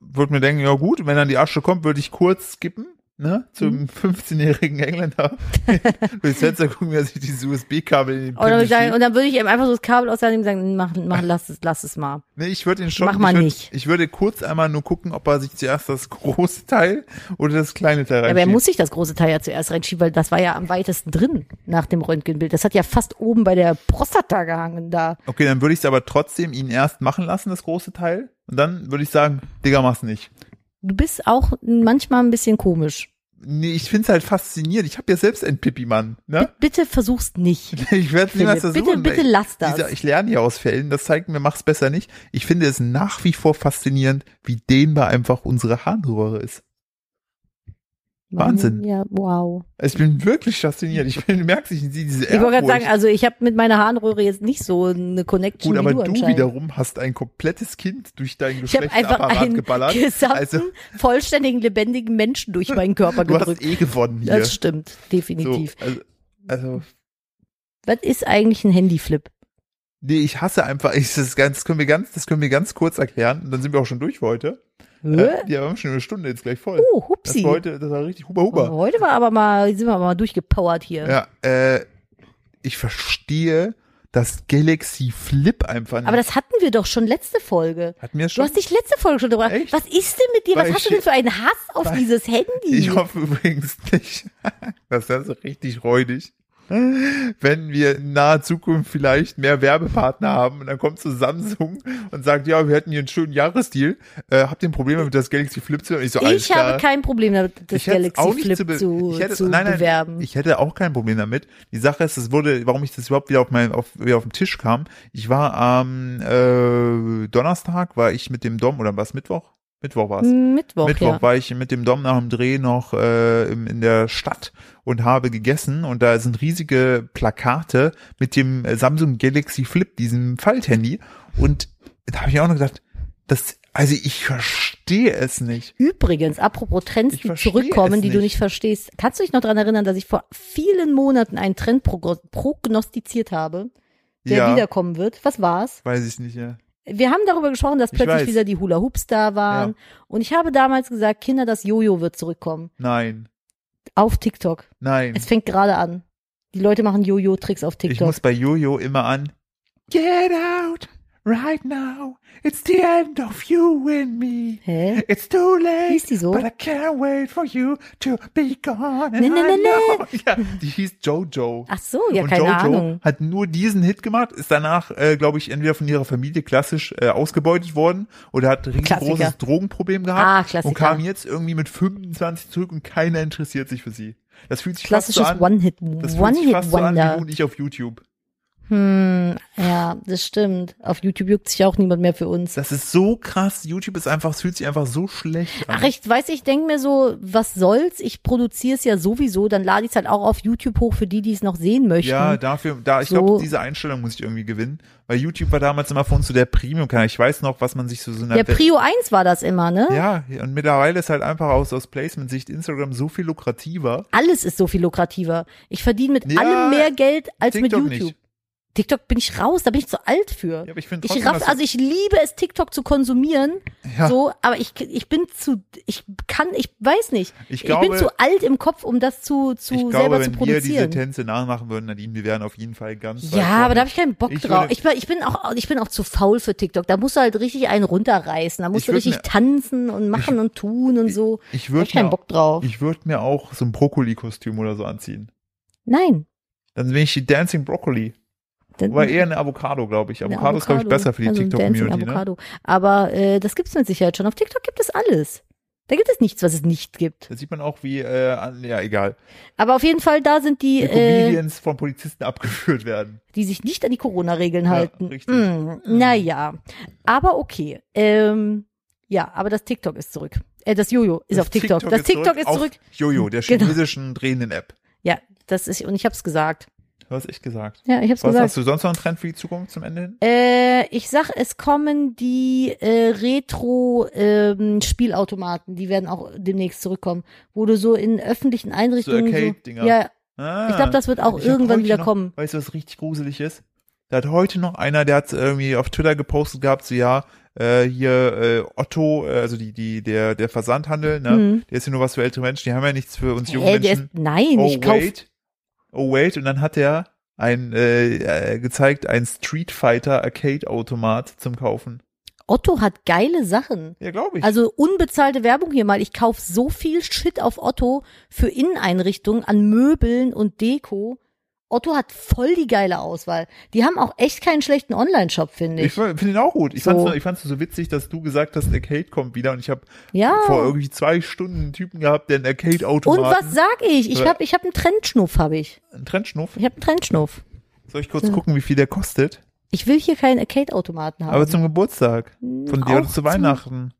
S2: Würde mir denken, ja gut, wenn dann die Asche kommt, würde ich kurz skippen, ne?
S1: Mhm.
S2: Zum 15-jährigen Engländer. Durchs Fenster gucken, wie er sich dieses USB-Kabel in den
S1: Und dann, würde
S2: Pimmel
S1: ich sagen,
S2: schiebt.
S1: und dann würde ich ihm einfach so das Kabel aussagen und sagen, mach, mach, lass es, lass es mal.
S2: Nee, ich würde ihn schon.
S1: Mach mal
S2: ich würd,
S1: nicht.
S2: Ich würde kurz einmal nur gucken, ob er sich zuerst das große Teil oder das kleine Teil
S1: Ja, aber er
S2: reinschiebt.
S1: muss sich das große Teil ja zuerst reinschieben, weil das war ja am weitesten drin nach dem Röntgenbild. Das hat ja fast oben bei der Prostata gehangen da.
S2: Okay, dann würde ich es aber trotzdem ihn erst machen lassen, das große Teil. Und dann würde ich sagen, Digga, mach's nicht.
S1: Du bist auch manchmal ein bisschen komisch.
S2: Nee, ich find's halt faszinierend. Ich habe ja selbst einen Pipi-Mann, ne?
S1: Bitte versuch's nicht.
S2: Ich werde niemals
S1: Philipp,
S2: versuchen.
S1: bitte- bitte lass das.
S2: Dieser- Ich lerne ja aus Fällen. Das zeigt mir, mach's besser nicht. Ich finde es nach wie vor faszinierend, wie dehnbar einfach unsere Harnröhre ist. Wahnsinn.
S1: Ja, wow.
S2: Also ich bin wirklich fasziniert. Ich bin, du merkst, ich sehe diese
S1: Ich wollte gerade
S2: Ehrfurcht.
S1: sagen, also ich habe mit meiner Harnröhre jetzt nicht so eine Connection
S2: Gut, aber
S1: wie du,
S2: du,
S1: anscheinend.
S2: wiederum hast ein komplettes Kind durch deinen
S1: ich habe einfach
S2: Geschlechtsapparat
S1: einen
S2: geballert.
S1: gesamten,
S2: Also
S1: vollständigen, lebendigen Menschen durch meinen Körper
S2: du hast
S1: gedrückt.
S2: eh gewonnen hier.
S1: Das stimmt,
S2: so,
S1: definitiv.
S2: also, also
S1: Was ist eigentlich ein Handyflip?
S2: nee, ich hasse einfach. Ich, das, ganz, das können wir ganz, das können wir ganz kurz erklären. Und dann sind wir auch schon durch für heute.
S1: Hä?
S2: Äh, ja, wir haben schon eine Stunde jetzt gleich voll.
S1: Oh,
S2: das
S1: hupsi.
S2: war heute, das war richtig Huber Huber.
S1: Oh, heute war aber mal, sind wir aber mal durchgepowert hier.
S2: Ja, äh, ich verstehe das Galaxy Flip einfach nicht.
S1: Aber das hatten wir doch schon letzte Folge.
S2: Hatten wir
S1: Du
S2: schon?
S1: hast dich letzte Folge schon darüber.
S2: Echt?
S1: Was ist denn mit dir?
S2: Weil
S1: Was hast du
S2: ich-
S1: denn für einen Hass auf
S2: weil-
S1: dieses Handy?
S2: Ich hoffe übrigens nicht, dass das so richtig räudig, wenn wir in naher Zukunft vielleicht mehr Werbepartner haben und dann kommt so Samsung und sagt, ja, wir hätten hier einen schönen Jahresdeal, äh, habt ihr ein Problem damit, das Galaxy Flip zu und ich so, alles
S1: Ich habe
S2: klar.
S1: kein Problem damit, das
S2: Ich hätte es auch
S1: Galaxy
S2: nicht
S1: Flip
S2: zu, be
S1: zu,
S2: ich hätte,
S1: zu
S2: nein, nein,
S1: bewerben.
S2: Ich hätte auch kein Problem damit. Die Sache ist, es wurde, warum ich das überhaupt wieder auf mein, auf, wieder auf den Tisch kam. Ich war am äh, Donnerstag, war ich mit dem Dom, oder was, Mittwoch? Mittwoch war es.
S1: Mittwoch,
S2: Mittwoch
S1: ja.
S2: war ich mit dem Dom nach dem Dreh noch äh, im, in der Stadt und habe gegessen und da sind riesige Plakate mit dem äh, Samsung Galaxy Flip, diesem Falthandy. Und da habe ich auch noch gedacht, das, also ich verstehe es nicht.
S1: Übrigens, apropos Trends,
S2: Ich
S1: die
S2: verstehe
S1: zurückkommen,
S2: es
S1: die du
S2: nicht.
S1: nicht verstehst. Kannst du dich noch daran erinnern, dass ich vor vielen Monaten einen Trend progno- prognostiziert habe, der
S2: ja,
S1: wiederkommen wird? Was war's?
S2: weiß ich nicht, ja.
S1: Wir haben darüber gesprochen, dass
S2: Ich
S1: plötzlich
S2: weiß.
S1: wieder die Hula Hoops da waren. Und ich habe damals gesagt, Kinder, das Jojo wird zurückkommen.
S2: Nein,
S1: Auf TikTok.
S2: nein.
S1: Es fängt gerade an. Die Leute machen Jojo-Tricks auf
S2: Ich
S1: TikTok.
S2: muss bei Jojo immer an Get out right now. It's the end of you and me.
S1: Hä?
S2: It's too late.
S1: Hieß die so?
S2: But I can't wait for you to be gone. and
S1: Ne, ne,
S2: I
S1: ne, ne.
S2: know. Ja, die hieß Jojo.
S1: Ach so, ja,
S2: und
S1: keine
S2: Jojo
S1: Ahnung.
S2: hat nur diesen Hit gemacht, ist danach, äh, glaube ich, entweder von ihrer Familie klassisch äh, ausgebeutet worden oder hat ein riesengroßes
S1: Klassiker.
S2: Drogenproblem
S1: Ah,
S2: gehabt
S1: Klassiker.
S2: und kam jetzt irgendwie mit 25 zurück und keiner interessiert sich für sie. Das fühlt sich
S1: Klassisches
S2: fast so an,
S1: One-Hit,
S2: das fühlt sich fast so an wie
S1: One-Hit-Wonder.
S2: du und ich auf YouTube.
S1: Hm, ja, das stimmt. Auf YouTube juckt sich auch niemand mehr für uns.
S2: Das ist so krass, YouTube ist einfach, es fühlt sich einfach so schlecht an.
S1: Ach, ich weiß, ich denke mir so, was soll's? Ich produziere es ja sowieso, dann lade ich es halt auch auf YouTube hoch für die, die es noch sehen möchten.
S2: Ja, dafür, da, ich
S1: So.
S2: glaube, diese Einstellung muss ich irgendwie gewinnen, weil YouTube war damals immer von zu der Premium-Kanal. Ich weiß noch, was man sich so, so einer
S1: ja, Prio 1 war das immer, ne?
S2: Ja, und mittlerweile ist halt einfach aus, aus Placement-Sicht Instagram so viel lukrativer.
S1: Alles ist so viel lukrativer. Ich verdiene mit
S2: Ja,
S1: allem mehr Geld als
S2: TikTok
S1: mit YouTube.
S2: nicht.
S1: TikTok bin ich raus, da bin ich zu alt für.
S2: Ja, aber ich finde
S1: ich
S2: trotzdem,
S1: raff,
S2: dass-
S1: also ich liebe es, TikTok zu konsumieren,
S2: Ja.
S1: so, aber ich, ich bin zu, ich kann, ich weiß nicht,
S2: Ich
S1: bin
S2: glaube-
S1: zu alt im Kopf, um das zu, zu
S2: ich
S1: selber zu
S2: glaube, wenn wir diese
S1: produzieren.
S2: Tänze nachmachen würden, Nadine, wir wären auf jeden Fall ganz weit
S1: Ja, aber
S2: vorne.
S1: da habe ich keinen Bock
S2: Ich
S1: drauf.
S2: würde-
S1: ich, bin- ich bin auch, ich bin auch zu faul für TikTok. Da musst du halt richtig einen runterreißen. Da musst
S2: Ich
S1: du
S2: würd
S1: richtig
S2: mir-
S1: tanzen und machen und tun und so. Da
S2: ich
S1: hab
S2: würde
S1: ich keinen Bock drauf.
S2: Ich würde mir auch so ein Brokkoli-Kostüm oder so anziehen.
S1: Nein.
S2: Dann bin ich die Dancing Broccoli.
S1: Dann-
S2: Wobei eher eine Avocado, glaube ich.
S1: eine
S2: Avocado ist, glaube ich,
S1: Avocado.
S2: besser für die
S1: also ein
S2: TikTok-Community.
S1: Dancing
S2: Ne?
S1: Avocado. Aber äh, das gibt's mit Sicherheit schon. Auf TikTok gibt es alles. Da gibt es nichts, was es nicht gibt.
S2: Da sieht man auch, wie, äh, an- ja, egal.
S1: Aber auf jeden Fall, da sind die,
S2: Die
S1: äh,
S2: Comedians von Polizisten abgeführt werden.
S1: die sich nicht an die Corona-Regeln
S2: Ja,
S1: halten.
S2: richtig. Mhm.
S1: Mm, naja. Aber okay. Ähm, ja, aber das TikTok ist zurück. Äh, das Jojo ist auf TikTok. das TikTok ist
S2: auf
S1: zurück.
S2: Jojo, der
S1: Genau.
S2: chinesischen drehenden App.
S1: Ja, das ist, und ich hab's gesagt.
S2: Du hast echt gesagt.
S1: Ja, ich hab's
S2: Was
S1: gesagt.
S2: hast du sonst noch einen Trend für die Zukunft zum Ende hin?
S1: Äh, ich sag, es kommen die äh, Retro-Spielautomaten, die werden auch demnächst zurückkommen, wo du so in öffentlichen Einrichtungen.
S2: Arcade-Dinger.
S1: So, ja,
S2: Ah,
S1: ich glaube, das wird auch
S2: ich hab
S1: irgendwann
S2: heute
S1: wieder
S2: noch,
S1: kommen.
S2: Weißt du, was richtig gruselig ist? Da hat heute noch einer, der hat irgendwie auf Twitter gepostet gehabt, so ja, äh, hier äh, Otto, äh, also die, die, der, der Versandhandel, ne?
S1: Mhm.
S2: Der ist ja nur was für ältere Menschen, die haben ja nichts für uns jungen
S1: Hä, der
S2: Menschen.
S1: ist, nein,
S2: oh
S1: ich kauf.
S2: wait, oh wait, und dann hat er ein äh, äh, gezeigt, ein Street Fighter Arcade Automat zum Kaufen.
S1: Otto hat geile Sachen.
S2: Ja, glaube ich.
S1: Also unbezahlte Werbung hier mal. Ich kauf so viel Shit auf Otto für Inneneinrichtungen an Möbeln und Deko. Otto hat voll die geile Auswahl. Die haben auch echt keinen schlechten Online-Shop, finde
S2: ich
S1: ich.
S2: finde ihn auch gut. Ich
S1: So.
S2: fand's nur- ich fand's nur so witzig, dass du gesagt hast, Arcade kommt wieder und ich habe
S1: Ja.
S2: vor irgendwie zwei Stunden einen Typen gehabt, der einen
S1: Und
S2: Arcade-Automaten.
S1: was sag ich? Ich
S2: Aber-
S1: hab, ich hab einen Trendschnuff, habe ich.
S2: Ein Trendschnuff.
S1: Ich hab einen Trendschnuff.
S2: Soll ich kurz gucken, wie viel der kostet?
S1: Ich will hier keinen Arcade-Automaten haben.
S2: Aber zum Geburtstag. Von dir
S1: auch
S2: oder zu
S1: zum-
S2: Weihnachten.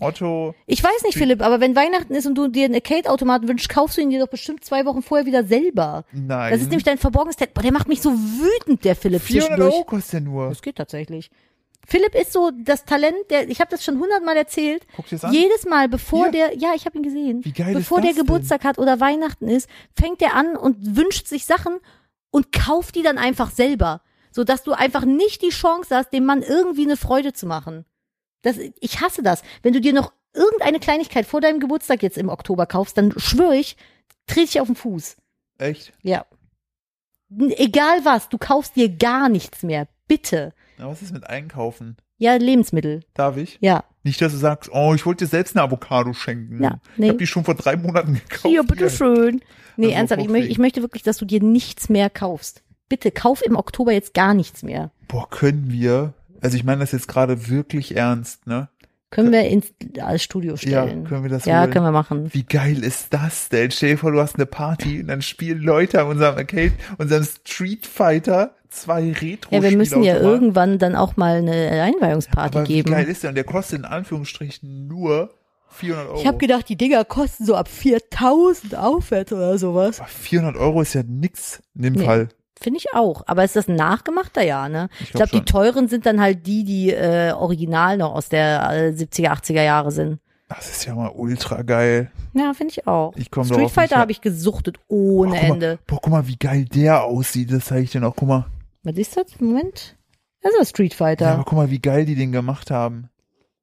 S2: Otto.
S1: ich weiß nicht, Philipp, aber wenn Weihnachten ist und du dir einen Arcade-Automaten wünschst, kaufst du ihn dir doch bestimmt zwei Wochen vorher wieder selber.
S2: Nein.
S1: Das ist nämlich dein verborgenes Talent. Boah, der macht mich so wütend, der Philipp
S2: 400
S1: zwischendurch.
S2: Euro kostet der nur.
S1: Das geht tatsächlich. Philipp ist so das Talent, der, ich habe das schon hundertmal erzählt.
S2: Guck dir das an.
S1: Jedes Mal, bevor
S2: Hier.
S1: der, ja, ich habe ihn gesehen,
S2: Wie geil ist
S1: bevor der
S2: das denn?
S1: Geburtstag hat oder Weihnachten ist, fängt er an und wünscht sich Sachen und kauft die dann einfach selber, so dass du einfach nicht die Chance hast, dem Mann irgendwie eine Freude zu machen. Das, ich hasse das. Wenn du dir noch irgendeine Kleinigkeit vor deinem Geburtstag jetzt im Oktober kaufst, dann schwöre ich, trete ich auf den Fuß.
S2: Echt?
S1: Ja. Egal was, du kaufst dir gar nichts mehr. Bitte.
S2: Na, was ist mit Einkaufen?
S1: Ja, Lebensmittel.
S2: Darf ich?
S1: Ja.
S2: Nicht, dass du sagst, oh, ich wollte dir selbst eine Avocado schenken.
S1: Ja,
S2: Ich
S1: nee.
S2: habe die schon vor drei Monaten gekauft.
S1: Hier, bitteschön. Nee,
S2: Also
S1: ernsthaft, ich, mö
S2: hochfähig.
S1: ich möchte wirklich, dass du dir nichts mehr kaufst. Bitte, kauf im Oktober jetzt gar nichts mehr.
S2: Boah, können wir? Also ich meine das jetzt gerade wirklich ernst, ne?
S1: Können wir ins als Studio
S2: Ja,
S1: stellen.
S2: können wir das
S1: Ja,
S2: holen?
S1: können wir machen.
S2: Wie geil ist das denn? Stell dir vor, du hast eine Party und dann spielen Leute an unserem Arcade, unserem Street Fighter zwei retro
S1: Ja, wir müssen ja
S2: Spielautomaten.
S1: irgendwann dann auch mal eine Einweihungsparty
S2: Aber wie
S1: geben.
S2: geil ist der? Und der kostet in Anführungsstrichen nur 400 Euro.
S1: Ich habe gedacht, die Dinger kosten so ab 4000 aufwärts oder sowas.
S2: Aber 400 Euro ist ja nix in dem
S1: Nee.
S2: Fall.
S1: Finde ich auch. Aber ist das ein nachgemachter ja, ne? Ich
S2: glaub
S1: glaube,
S2: schon.
S1: die teuren sind dann halt die, die äh, original noch aus der äh, 70er, 80er Jahre sind.
S2: Das ist ja mal ultra geil.
S1: Ja, finde ich auch.
S2: Ich komm darauf
S1: Street
S2: nicht
S1: Fighter
S2: klar.
S1: habe ich gesuchtet ohne
S2: Boah, guck mal,
S1: Ende.
S2: Boah, guck mal, wie geil der aussieht. Das zeige ich dir noch. Guck mal.
S1: Was ist das? Moment. Das ist das Street Fighter.
S2: Ja, aber guck mal, wie geil die den gemacht haben.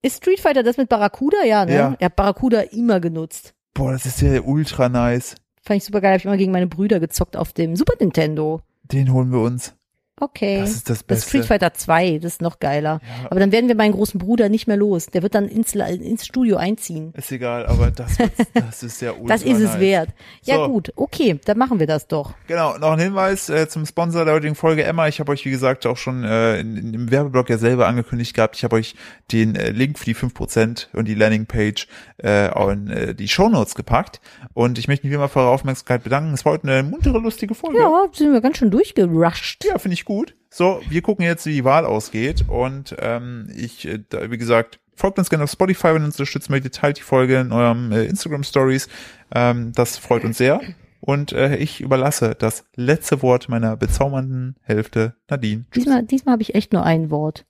S1: Ist Street Fighter das mit Barracuda? Ja, ne?
S2: Ja.
S1: Er hat Barracuda immer genutzt.
S2: Boah, das ist ja ultra nice.
S1: Fand ich super geil. Habe ich immer gegen meine Brüder gezockt auf dem Super Nintendo.
S2: Den holen wir uns.
S1: Okay.
S2: Das ist
S1: Das
S2: das
S1: ist
S2: Beste.
S1: Street Fighter 2, das ist noch geiler.
S2: Ja.
S1: Aber dann werden wir meinen großen Bruder nicht mehr los. Der wird dann ins, La- ins Studio einziehen.
S2: Ist egal, aber das, wird's- das ist ja ultra
S1: Das ist es
S2: nice.
S1: wert. Ja
S2: So.
S1: gut, okay, dann machen wir das doch.
S2: Genau, noch ein Hinweis äh, zum Sponsor der heutigen Folge Emma. Ich habe euch, wie gesagt, auch schon äh, in, in, im Werbeblock ja selber angekündigt gehabt. Ich habe euch den äh, Link für die 5% und die Landingpage äh, auch in äh, die Shownotes gepackt. Und ich möchte mich wie immer für eure Aufmerksamkeit bedanken. Es war heute eine muntere, lustige Folge.
S1: Ja, sind wir ganz schön durchgerusht.
S2: Ja, finde ich gut. So, wir gucken jetzt, wie die Wahl ausgeht. Und ähm, ich, äh, da, wie gesagt, folgt uns gerne auf Spotify, wenn ihr uns unterstützen möchtet. Teilt die Folge in eurem äh, Instagram Stories. Ähm, das freut uns sehr. Und äh, ich überlasse das letzte Wort meiner bezaubernden Hälfte Nadine.
S1: Diesmal, diesmal habe ich echt nur ein Wort.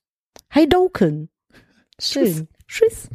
S1: Heidoken. Schön. Tschüss.